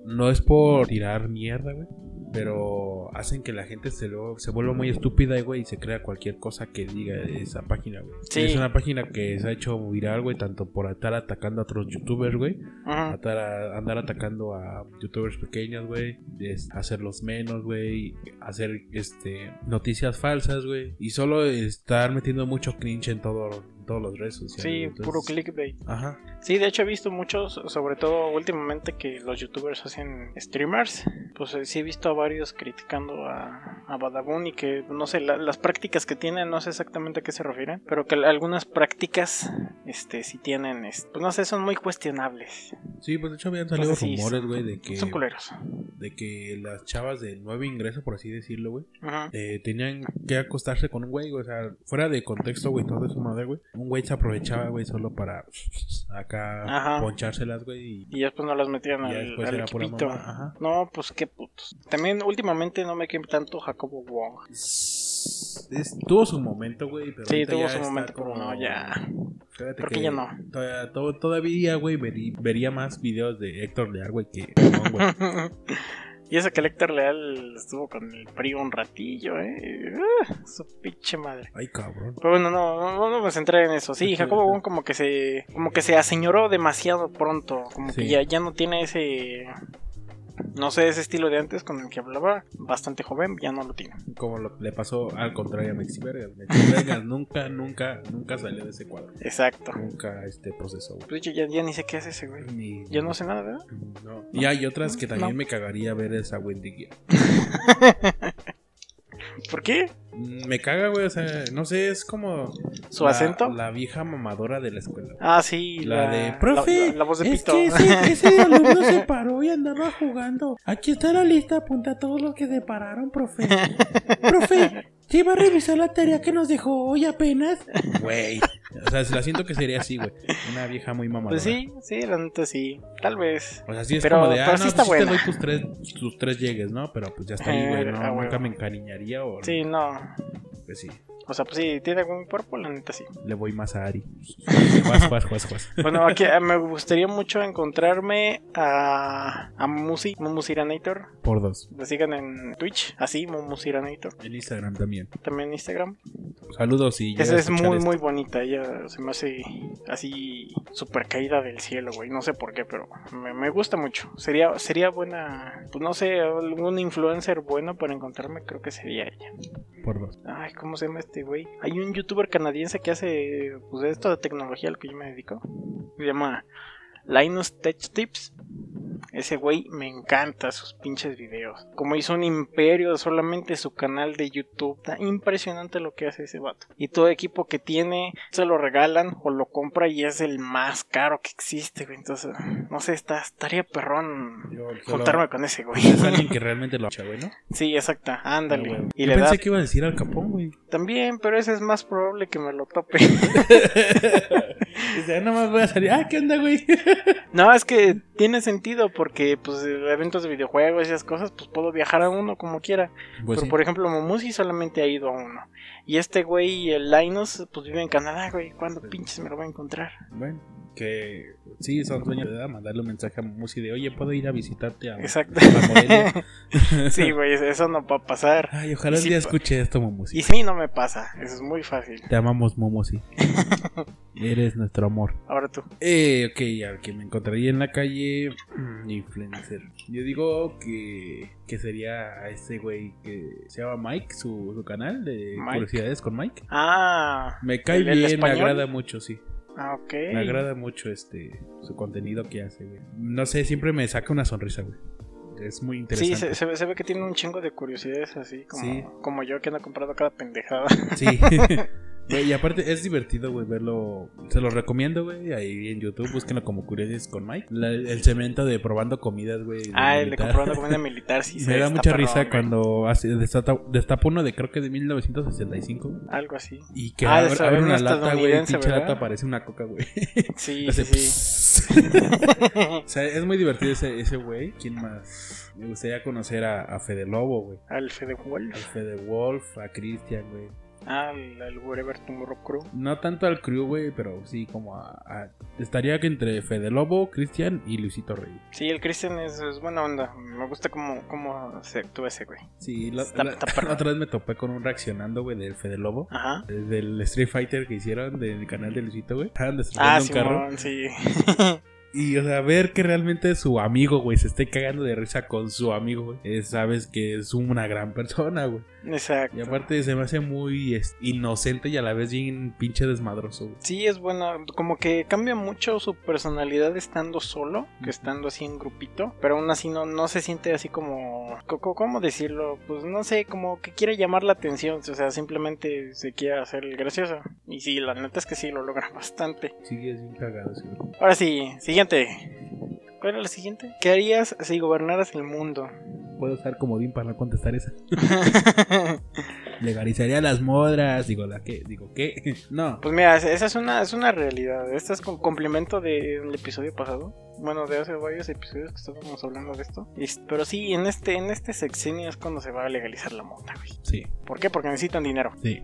S1: no es por tirar mierda, güey. Pero hacen que la gente se, lo, se vuelva muy estúpida, güey, y se crea cualquier cosa que diga esa página, güey.
S2: Sí.
S1: Es una página que se ha hecho viral, güey, tanto por estar atacando a otros youtubers, güey.
S2: Ujú.
S1: atar a- andar atacando a youtubers pequeños, güey, es hacerlos menos, güey, hacer este noticias falsas, güey, y solo estar metiendo mucho cringe en todo en todas las redes sociales.
S2: Sí,
S1: entonces-
S2: puro clickbait.
S1: Ajá.
S2: Sí, de hecho he visto muchos, sobre todo últimamente que los youtubers hacen streamers. Pues eh, sí he visto a varios criticando a, a Badabun y que no sé, la- las prácticas que tienen, no sé exactamente a qué se refieren, pero que algunas prácticas, este, sí tienen, este, pues no sé, son muy cuestionables.
S1: Sí, pues de hecho habían salido
S2: Entonces, sí,
S1: rumores,
S2: son-
S1: güey, de que
S2: Son culeros.
S1: de que las chavas de nuevo ingreso, por así decirlo, güey,
S2: Ujú.
S1: eh, tenían que acostarse con un güey, güey, o sea, fuera de contexto, güey, todo eso madre, güey. Un güey se aprovechaba, güey, solo para acá
S2: Ajá.
S1: ponchárselas, güey, y
S2: Y después no las metían
S1: ya
S2: al,
S1: después
S2: al
S1: era pura
S2: equipito.
S1: mamá. Ajá.
S2: No, pues qué putos. También últimamente no me quemé tanto Jacobo Wong.
S1: Es- tuvo su momento, güey, pero
S2: Sí,
S1: ahorita
S2: tuvo
S1: ya
S2: su
S1: está
S2: momento, como no, ya.
S1: Fíjate
S2: Porque
S1: que
S2: ya no.
S1: Todavía, to- todavía, güey, verí- vería más videos de Héctor Leal, güey, que Ramón, güey.
S2: y eso que el Héctor Leal estuvo con el PRI un ratillo, ¿eh? Ah, su pinche madre.
S1: Ay, cabrón.
S2: Pero bueno, no, no, no me centré en eso. Sí, Jacobo
S1: eh,
S2: Wong como que se como que se aseñoró demasiado pronto. Como que
S1: Sí.
S2: ya, ya no tiene ese... No sé, ese estilo de antes con el que hablaba. Bastante joven, ya no lo tiene.
S1: Como lo- le pasó al contrario a Mexi Vergas. Mexi Vergas nunca, nunca, nunca salió de ese cuadro.
S2: Exacto.
S1: Nunca este proceso, güey.
S2: De hecho, ya, ya ni sé qué hace ese güey.
S1: Ni-
S2: Ya no sé nada, ¿verdad?
S1: No. Y hay otras que también
S2: No.
S1: me cagaría ver esa Wendy Guía.
S2: ¿Por qué?
S1: Mm, Me caga, güey. O sea, no sé, es como.
S2: ¿Su
S1: la-
S2: acento?
S1: La vieja mamadora de la escuela.
S2: Ah, sí.
S1: La de, "Profe,
S2: La, la voz de
S1: Es
S2: Pito.
S1: que ese, ese alumno se paró y andaba jugando. Aquí está la lista, apunta a todos los que se pararon, profe. profe, ¿ya iba a revisar la tarea que nos dejó hoy apenas? Güey. O sea, la siento que sería así, güey. Una vieja muy mamadora.
S2: Pues sí, sí, la neta sí. Tal vez.
S1: O sea, sí es
S2: Pero-
S1: como de,
S2: pero
S1: ah,
S2: sí
S1: no,
S2: está
S1: pues sí te
S2: buena.
S1: doy tus tres, tus tres llegues, ¿no? Pero pues ya está ahí, güey,
S2: Eh,
S1: no,
S2: ah,
S1: nunca
S2: huevo.
S1: me encariñaría o...
S2: Sí, no.
S1: Pues sí,
S2: O sea, pues sí, tiene algún cuerpo, la neta sí.
S1: le voy más a Ari. Juas, juas, juas, juas.
S2: Bueno, aquí eh, me gustaría mucho encontrarme a, a Musi, Mumusiranator.
S1: Por dos.
S2: Lo sigan en Twitch, así, Mumusiranator.
S1: En Instagram también.
S2: También en Instagram.
S1: Saludos y...
S2: Esa es muy, muy bonita. Ella se me hace así, super caída del cielo, güey. No sé por qué, pero me, me gusta mucho. Sería, sería buena, pues no sé, algún influencer bueno para encontrarme, creo que sería ella.
S1: Por dos.
S2: Ay, ¿cómo se llama este güey? Hay un youtuber canadiense que hace pues de esto de tecnología al que yo me dedico. Se llama Linus Tech Tips. Ese güey me encanta sus pinches videos. Como hizo un imperio de solamente su canal de YouTube. Está impresionante lo que hace ese vato. Y todo equipo que tiene se lo regalan o lo compra y es el más caro que existe, güey. Entonces, no sé, está, estaría perrón
S1: Yo solo-
S2: juntarme con ese güey.
S1: Es alguien que realmente lo echa, güey, ¿no?
S2: Sí, exacta.
S1: Ah,
S2: Ándale.
S1: güey.
S2: Y
S1: Yo
S2: le
S1: pensé
S2: das
S1: que iba a decir al Capón, güey.
S2: también, pero ese es más probable que me lo tope.
S1: Dice, "Ah, nomás voy a salir. Ah, ¿qué onda, güey?
S2: No, es que tiene sentido porque pues eventos de videojuegos y esas cosas, pues puedo viajar a uno como quiera.
S1: Pues
S2: pero
S1: sí.
S2: por ejemplo, Momusi solamente ha ido a uno. Y este güey, y el Linus, pues vive en Canadá, güey. ¿Cuándo pinches me lo voy a encontrar?
S1: Bueno, que sí, son sueños de edad, mandarle un mensaje a Musi de, oye, puedo ir a visitarte a,
S2: Exacto.
S1: a Morelia.
S2: Sí, güey, eso no va a pasar.
S1: Ay, ojalá
S2: Y
S1: un
S2: si
S1: día
S2: pa-
S1: escuche esto, Momusi.
S2: Y sí, no me pasa. Eso es muy fácil.
S1: Te amamos, Momusi. Eres nuestro amor.
S2: Ahora tú.
S1: Eh, ok, al que me encontraría en la calle, mm, influencer. Yo digo que, que sería a ese güey que se llama Mike, su, su canal de
S2: Mike.
S1: curiosidades con Mike.
S2: Ah,
S1: Me cae
S2: ¿El- el
S1: bien, me
S2: español?
S1: agrada mucho, sí.
S2: ah, ok.
S1: Me agrada mucho este su contenido que hace, güey. No sé, siempre me saca una sonrisa, güey. Es muy
S2: Sí,
S1: interesante.
S2: se, se ve, se ve que tiene un chingo de curiosidades así, como,
S1: Sí.
S2: como yo que no he comprado cada pendejada.
S1: Sí. Güey, y aparte es divertido, güey, verlo. Se lo recomiendo, güey, ahí en YouTube. Búsquenlo como Curiosidades con Mike. La- el segmento de probando comidas, güey. de
S2: ah, el de
S1: militar.
S2: comprando comida militar, sí. se
S1: Me da
S2: está
S1: mucha
S2: perrón,
S1: risa
S2: güey.
S1: cuando hace- destata- destapa, uno de creo que de 1965. güey,
S2: Algo así.
S1: Y que
S2: Ah,
S1: abre,
S2: eso,
S1: abre
S2: era
S1: una
S2: un
S1: lata, güey. y
S2: estadounidense,
S1: Pinche
S2: ¿verdad?
S1: lata parece una coca, güey.
S2: Sí,
S1: Hace
S2: sí, sí.
S1: O sea, es muy divertido ese ese güey. ¿Quién más? Me gustaría conocer a, a Fede Lobo, güey.
S2: Al Fede
S1: Al
S2: Wolf. Ah,
S1: Fede Wolf, a Christian, güey.
S2: Al, al Wherever Tomorrow Crew.
S1: No tanto al crew, güey, pero sí como a, a- Estaría que entre Fede Lobo, Cristian y Luisito Rey.
S2: Sí, el Christian es, es buena onda. Me gusta cómo, cómo se actúa ese güey.
S1: Sí, la,
S2: Está-
S1: la-
S2: está perro.
S1: la otra vez me topé con un reaccionando, güey, del Fede Lobo.
S2: Ajá.
S1: Del Street Fighter que hicieron del canal de Luisito, güey. Estaban destruyendo
S2: Ah,
S1: un carro.
S2: Simón, sí.
S1: Y, o sea, ver que realmente su amigo, güey, se esté cagando de risa con su amigo, güey. eh, Sabes que es una gran persona, güey.
S2: Exacto.
S1: Y aparte se me hace muy es- inocente y a la vez bien pinche desmadroso. güey.
S2: Sí, es buena. Como que cambia mucho su personalidad estando solo que estando así en grupito. Pero aún así no, no se siente así como. co- co- ¿Cómo decirlo? Pues no sé, como que quiere llamar la atención. O sea, simplemente se quiere hacer el gracioso. Y sí, la neta es que sí, lo logra bastante.
S1: Sí, es bien cagado, sí. güey.
S2: Ahora sí, siguiente. ¿Cuál era la siguiente? ¿Qué harías si gobernaras el mundo?
S1: Puedo usar comodín para no contestar esa. Legalizaría las modras. Digo, ¿la qué? Digo, ¿qué? No.
S2: Pues mira, esa es una, es una realidad. Este es con complemento del episodio pasado. Bueno, de hace varios episodios que estábamos hablando de esto. Es- Pero sí, en este, en este sexenio es cuando se va a legalizar la mota, güey.
S1: Sí,
S2: ¿Por qué? Porque necesitan dinero.
S1: sí.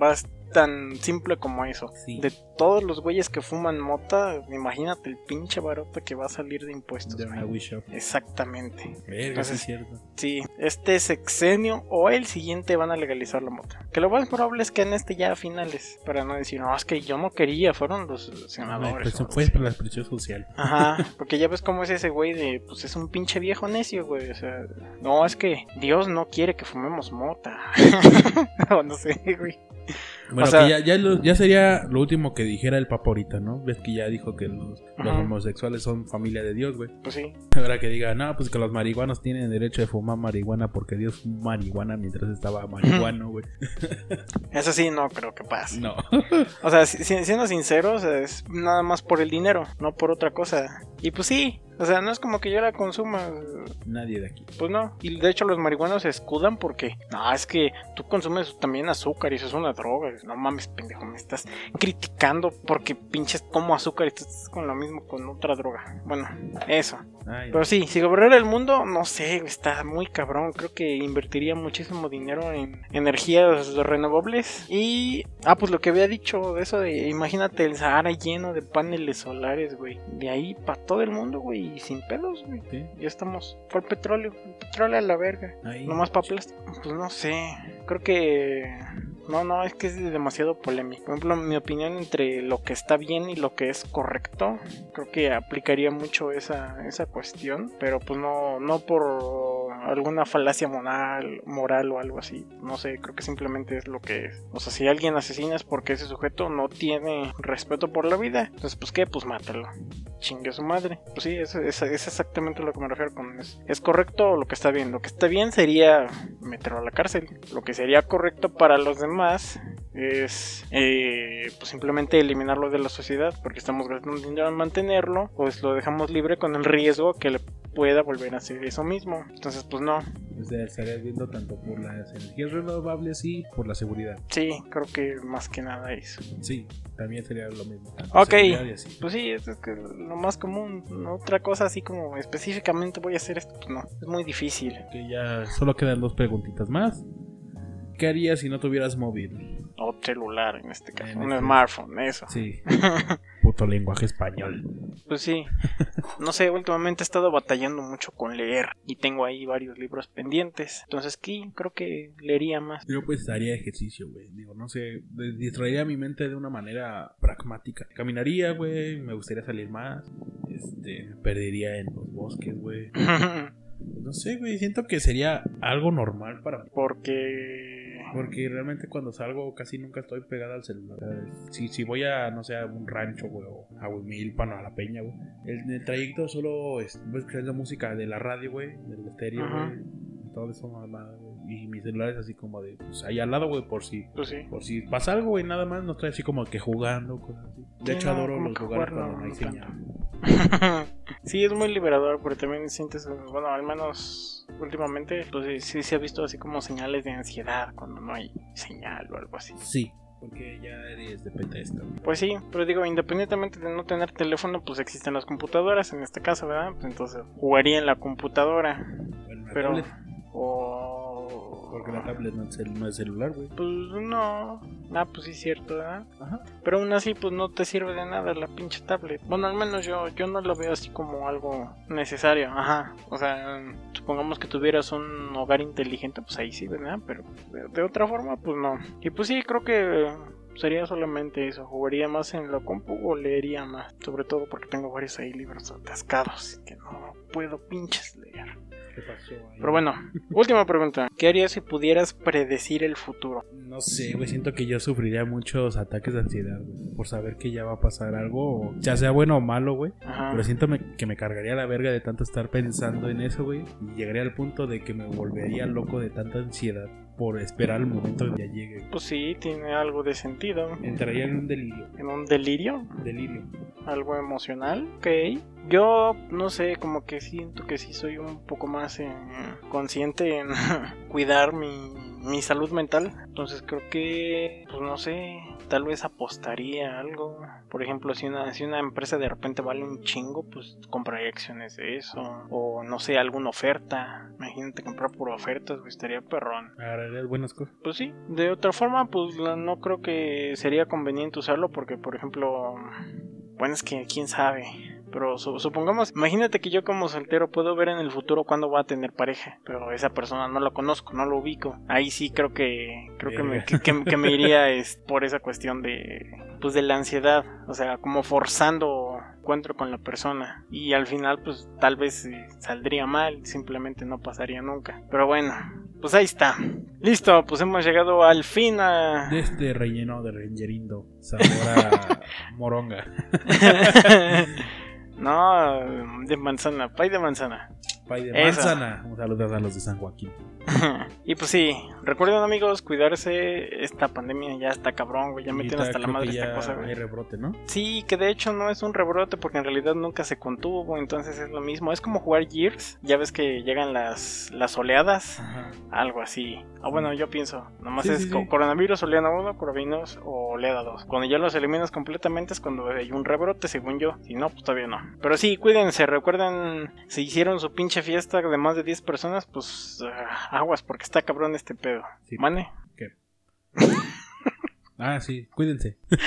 S2: Va a ser tan simple como eso.
S1: Sí.
S2: De todos los güeyes que fuman mota, imagínate el pinche baroto que va a salir de impuestos,
S1: De
S2: güey.
S1: una Wii Shop.
S2: Exactamente.
S1: Verga, sí
S2: Entonces-
S1: es cierto.
S2: Sí, este sexenio o el siguiente van a legalizar la mota. Que lo más probable es que en este ya a finales. Para no decir, no, es que yo no quería, fueron los
S1: Ay,
S2: senadores.
S1: Pues
S2: o
S1: fue
S2: algo
S1: por la expresión social.
S2: así". Ajá, porque ya ves cómo es ese güey de, pues es un pinche viejo necio, güey. O sea, no, es que Dios no quiere que fumemos mota. o no sé, güey.
S1: Bueno,
S2: O sea-
S1: que ya, ya, lo- ya sería lo último que dijera el Papa ahorita, ¿no? Ves que ya dijo que los, los
S2: Ajá.
S1: homosexuales son familia de Dios, güey.
S2: Pues sí.
S1: Ahora que diga, no, pues que los marihuanos tienen derecho de fumar marihuana porque Dios fumó marihuana mientras estaba marihuano, güey.
S2: Eso sí, no creo que pase.
S1: No.
S2: O sea, si- si- siendo sinceros, es nada más por el dinero, no por otra cosa. Y pues sí, o sea, no es como que yo la consuma.
S1: Nadie de aquí.
S2: Pues no, y de hecho los marihuanos se escudan porque, no, es que tú consumes también azúcar y eso es una droga. No mames, pendejo, me estás criticando porque pinches como azúcar y tú estás con lo mismo con otra droga. Bueno, eso.
S1: Ay,
S2: Pero sí, si gobernara el mundo, no sé, está muy cabrón. Creo que invertiría muchísimo dinero en energías renovables. Y, ah, pues lo que había dicho de eso de, imagínate el Sahara lleno de paneles solares, güey. De ahí para todo el mundo, güey, y sin pedos, güey.
S1: ¿sí?
S2: Ya estamos. Fue el petróleo. El petróleo a la verga.
S1: Ay,
S2: Nomás para plástico. Pues no sé. Creo que. No, no, es que es demasiado polémico. Por ejemplo, mi opinión entre lo que está bien y lo que es correcto. Creo que aplicaría mucho esa, esa cuestión. Pero pues no, no por alguna falacia moral, moral o algo así. No sé, creo que simplemente es lo que es. O sea, si alguien asesina es porque ese sujeto no tiene respeto por la vida. Entonces, pues qué, pues mátalo chingue a su madre. Pues sí, es, es, es exactamente lo que me refiero con es, es correcto lo que está bien. Lo que está bien sería meterlo a la cárcel. Lo que sería correcto para los demás es eh, pues simplemente eliminarlo de la sociedad porque estamos gastando dinero en mantenerlo, pues lo dejamos libre con el riesgo que le pueda volver a hacer eso mismo. Entonces, pues no.
S1: O sea, estarías viendo tanto por las energías renovables y por la seguridad.
S2: Sí, creo que más que nada eso.
S1: Sí, también sería lo mismo. tanto
S2: Ok.
S1: seguridad y así.
S2: Pues sí, es es que lo más común. ¿no? Otra cosa así como específicamente voy a hacer esto, pues no. Es muy difícil.
S1: Que ya solo quedan dos preguntitas más. ¿Qué harías si no tuvieras móvil?
S2: O celular en este caso.
S1: En
S2: un
S1: este-
S2: smartphone, eso.
S1: Sí. Puto lenguaje español.
S2: Pues sí. No sé, últimamente he estado batallando mucho con leer. Y tengo ahí varios libros pendientes. Entonces, ¿qué? Creo que leería más.
S1: Yo pues haría ejercicio, güey. Digo, no sé, de- distraería mi mente de una manera pragmática. Caminaría, güey, me gustaría salir más. Este, me perdería en los bosques, güey. No sé, güey, siento que sería algo normal para mí.
S2: Porque.
S1: Porque realmente cuando salgo casi nunca estoy pegada al celular. ¿sabes? Si, si voy a, no sé, a un rancho, güey, o a Huimilpan o a La Peña, güey. el- En el trayecto solo es- voy a escuchar la música de la radio, güey, del estéreo,
S2: Ajá.
S1: güey. Todo eso, mamada, güey. Y mi celular es así como de, pues ahí al lado, güey, por si
S2: Pues sí.
S1: por si pasa algo, güey, nada más, no estoy así como que jugando, cosas así. De
S2: Sí,
S1: hecho,
S2: no,
S1: adoro
S2: como
S1: los
S2: que
S1: lugares
S2: jugar,
S1: cuando
S2: no,
S1: no hay
S2: no
S1: señal.
S2: sí, es muy liberador. Porque también sientes. Bueno, al menos últimamente. Pues sí, sí se ha visto así como señales de ansiedad. Cuando no hay señal o algo así.
S1: Sí, porque ya eres dependiente.
S2: Pues sí, pero digo, independientemente de no tener teléfono, pues existen las computadoras en este caso, ¿verdad? Pues entonces jugaría en la computadora
S1: Bueno, la
S2: Pero-
S1: tablet,
S2: o...
S1: porque la tablet no es, cel- no es celular, güey.
S2: Pues no, ah, pues sí es cierto, ¿verdad?
S1: Ajá.
S2: Pero aún así, pues no te sirve de nada la pinche tablet. Bueno, al menos yo, yo no lo veo así como algo necesario, ajá. O sea, supongamos que tuvieras un hogar inteligente, pues ahí sí, ¿verdad? Pero de, de otra forma, pues no. Y pues sí, creo que sería solamente eso. Jugaría más en la compu o leería más. Sobre todo porque tengo varios ahí libros atascados que no puedo pinches leer.
S1: ¿Qué pasó ahí?
S2: Pero bueno, última pregunta. ¿Qué harías si pudieras predecir el futuro?
S1: No sé, güey, siento que yo sufriría muchos ataques de ansiedad, güey, por saber que ya va a pasar algo, o- ya sea bueno o malo, güey.
S2: Ajá.
S1: Pero siento me- que me cargaría la verga de tanto estar pensando en eso, güey. Y llegaría al punto de que me volvería loco de tanta ansiedad por esperar el momento que ya llegue.
S2: Pues sí, tiene algo de sentido.
S1: Entraría en un delirio,
S2: En un delirio,
S1: delirio.
S2: algo emocional, ok. Yo no sé, como que siento que sí soy un poco más eh, consciente en cuidar mi, mi salud mental. Entonces creo que, pues no sé, tal vez apostaría a algo. Por ejemplo, si una, si una empresa de repente vale un chingo, pues compraría acciones de eso. O no sé, alguna oferta. Imagínate comprar por ofertas, pues estaría perrón.
S1: Agarrarías buenas cosas.
S2: Pues sí, de otra forma, pues la- no creo que sería conveniente usarlo porque, por ejemplo, bueno, es que quién sabe. Pero su- supongamos, imagínate que yo como soltero puedo ver en el futuro cuándo va a tener pareja, pero esa persona no la conozco, no lo ubico. Ahí sí creo que creo que me, que, que- que me iría es, por esa cuestión de pues de la ansiedad, o sea, como forzando encuentro con la persona y al final pues tal vez eh, saldría mal, simplemente no pasaría nunca. Pero bueno, pues ahí está. Listo, pues hemos llegado al fin a...
S1: De este relleno de rengerindo, sabor a moronga,
S2: no, de manzana, pay de manzana.
S1: pay de
S2: Eso.
S1: manzana. Un saludo a los de San Joaquín.
S2: y pues sí, recuerden amigos, cuidarse. Esta pandemia ya está cabrón, güey. Ya meten
S1: Ahorita
S2: hasta la
S1: creo
S2: madre
S1: que
S2: esta
S1: ya
S2: cosa, güey.
S1: Hay rebrote, ¿no?
S2: Sí, que de hecho no es un rebrote porque en realidad nunca se contuvo, entonces es lo mismo. Es como jugar Gears, ya ves que llegan las, las oleadas,
S1: Ajá.
S2: algo así. Ah, bueno, yo pienso, nomás
S1: Sí,
S2: es
S1: sí,
S2: co-
S1: sí.
S2: coronavirus, oleada 1, coronavirus o oleada 2. Cuando ya los eliminas completamente es cuando hay un rebrote, según yo. Si no, pues todavía no. Pero sí, cuídense, recuerden, si hicieron su pinche fiesta de más de 10 personas, pues ah, aguas porque está cabrón este pedo.
S1: Sí.
S2: ¿Mane?
S1: Ah, sí, cuídense.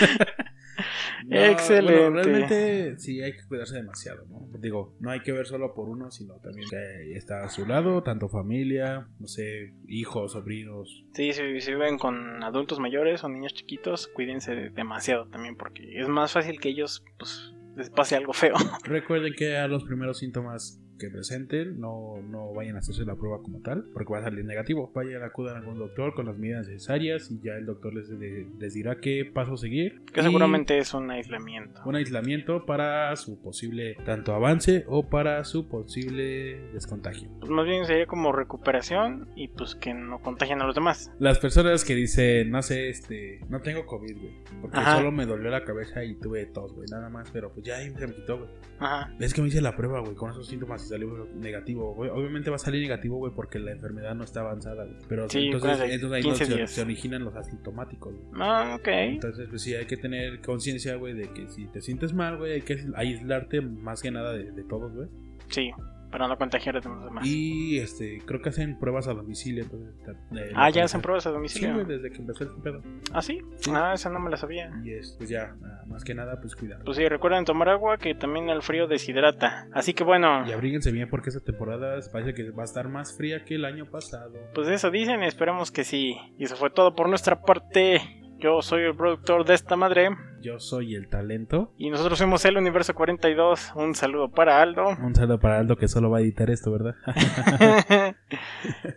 S1: No,
S2: Excelente.
S1: bueno, realmente sí hay que cuidarse demasiado, ¿no? Digo, no hay que ver solo por uno, sino también que está a su lado, tanto familia, no sé, hijos, sobrinos.
S2: Sí, si, si viven con adultos mayores o niños chiquitos, cuídense demasiado también porque es más fácil que ellos pues les pase algo feo.
S1: Recuerden que a los primeros síntomas que presenten no, no vayan a hacerse la prueba como tal, porque va a salir negativo. Vayan, acudan a algún doctor con las medidas necesarias y ya el doctor les, les dirá qué paso seguir.
S2: Que
S1: Y-
S2: seguramente es un aislamiento.
S1: un aislamiento para su posible tanto avance o para su posible descontagio.
S2: Pues más bien sería como recuperación y pues que no contagien a los demás.
S1: Las personas que dicen, no sé, este, no tengo COVID, güey, porque
S2: Ajá.
S1: solo me dolió la cabeza y tuve tos, güey, nada más, pero pues ya ahí se me quitó, güey.
S2: Ajá.
S1: Es que me hice la prueba, güey, con esos síntomas y salió negativo, güey. Obviamente va a salir negativo, güey, porque la enfermedad no está avanzada, güey. Pero
S2: Sí,
S1: entonces,
S2: cuídate,
S1: entonces ahí
S2: 15
S1: no se,
S2: días.
S1: se originan los asintomáticos, güey.
S2: Ah, ok.
S1: Entonces, pues sí, hay que tener conciencia, güey, de que si te sientes mal, güey, hay que aislarte más que nada de, de todos, güey.
S2: Sí. para no contagiar a los demás.
S1: Y este, creo que hacen pruebas a domicilio. entonces, de- de-
S2: Ah,
S1: de-
S2: ya hacen pruebas a
S1: Sí,
S2: domicilio.
S1: güey, desde que empezó el pedo.
S2: ah, sí. Ah, esa no me la sabía.
S1: Y es, pues ya, nada, más que nada, pues cuidado.
S2: Pues sí, recuerden tomar agua que también el frío deshidrata. Así que bueno,
S1: Y abríguense bien porque esta temporada parece que va a estar más fría que el año pasado.
S2: pues eso dicen, esperemos que sí. Y eso fue todo por nuestra parte. Yo soy el productor de esta madre
S1: Yo soy el talento.
S2: y nosotros somos el Universo 42. Un saludo para Aldo.
S1: Un saludo para Aldo que solo va a editar esto, ¿verdad?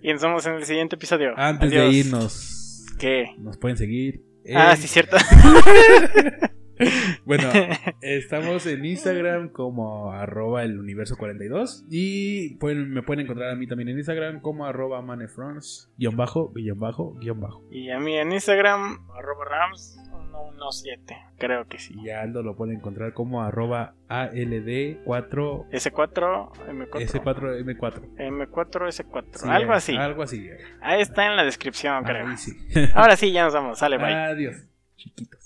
S2: y nos vemos en el siguiente episodio.
S1: Antes de
S2: Adiós.
S1: irnos, Eh.
S2: ¿Qué?
S1: nos pueden seguir. en-
S2: Ah, sí, cierto.
S1: Bueno, estamos en Instagram como arroba el universo 42 y pueden- me pueden encontrar a mí también en Instagram como arroba manefrons guión bajo, guión bajo, guión bajo.
S2: y a mí en Instagram, arroba rams 117. Creo que sí.
S1: Y a Aldo lo pueden encontrar como arroba ALD4
S2: S4, M4.
S1: S4M4.
S2: M4, S4.
S1: Sí,
S2: algo así.
S1: Algo así.
S2: Ahí está en la descripción, creo.
S1: Ahí sí. Ah,
S2: Ahora sí, ya nos vamos. Sale, bye.
S1: Adiós, chiquitos.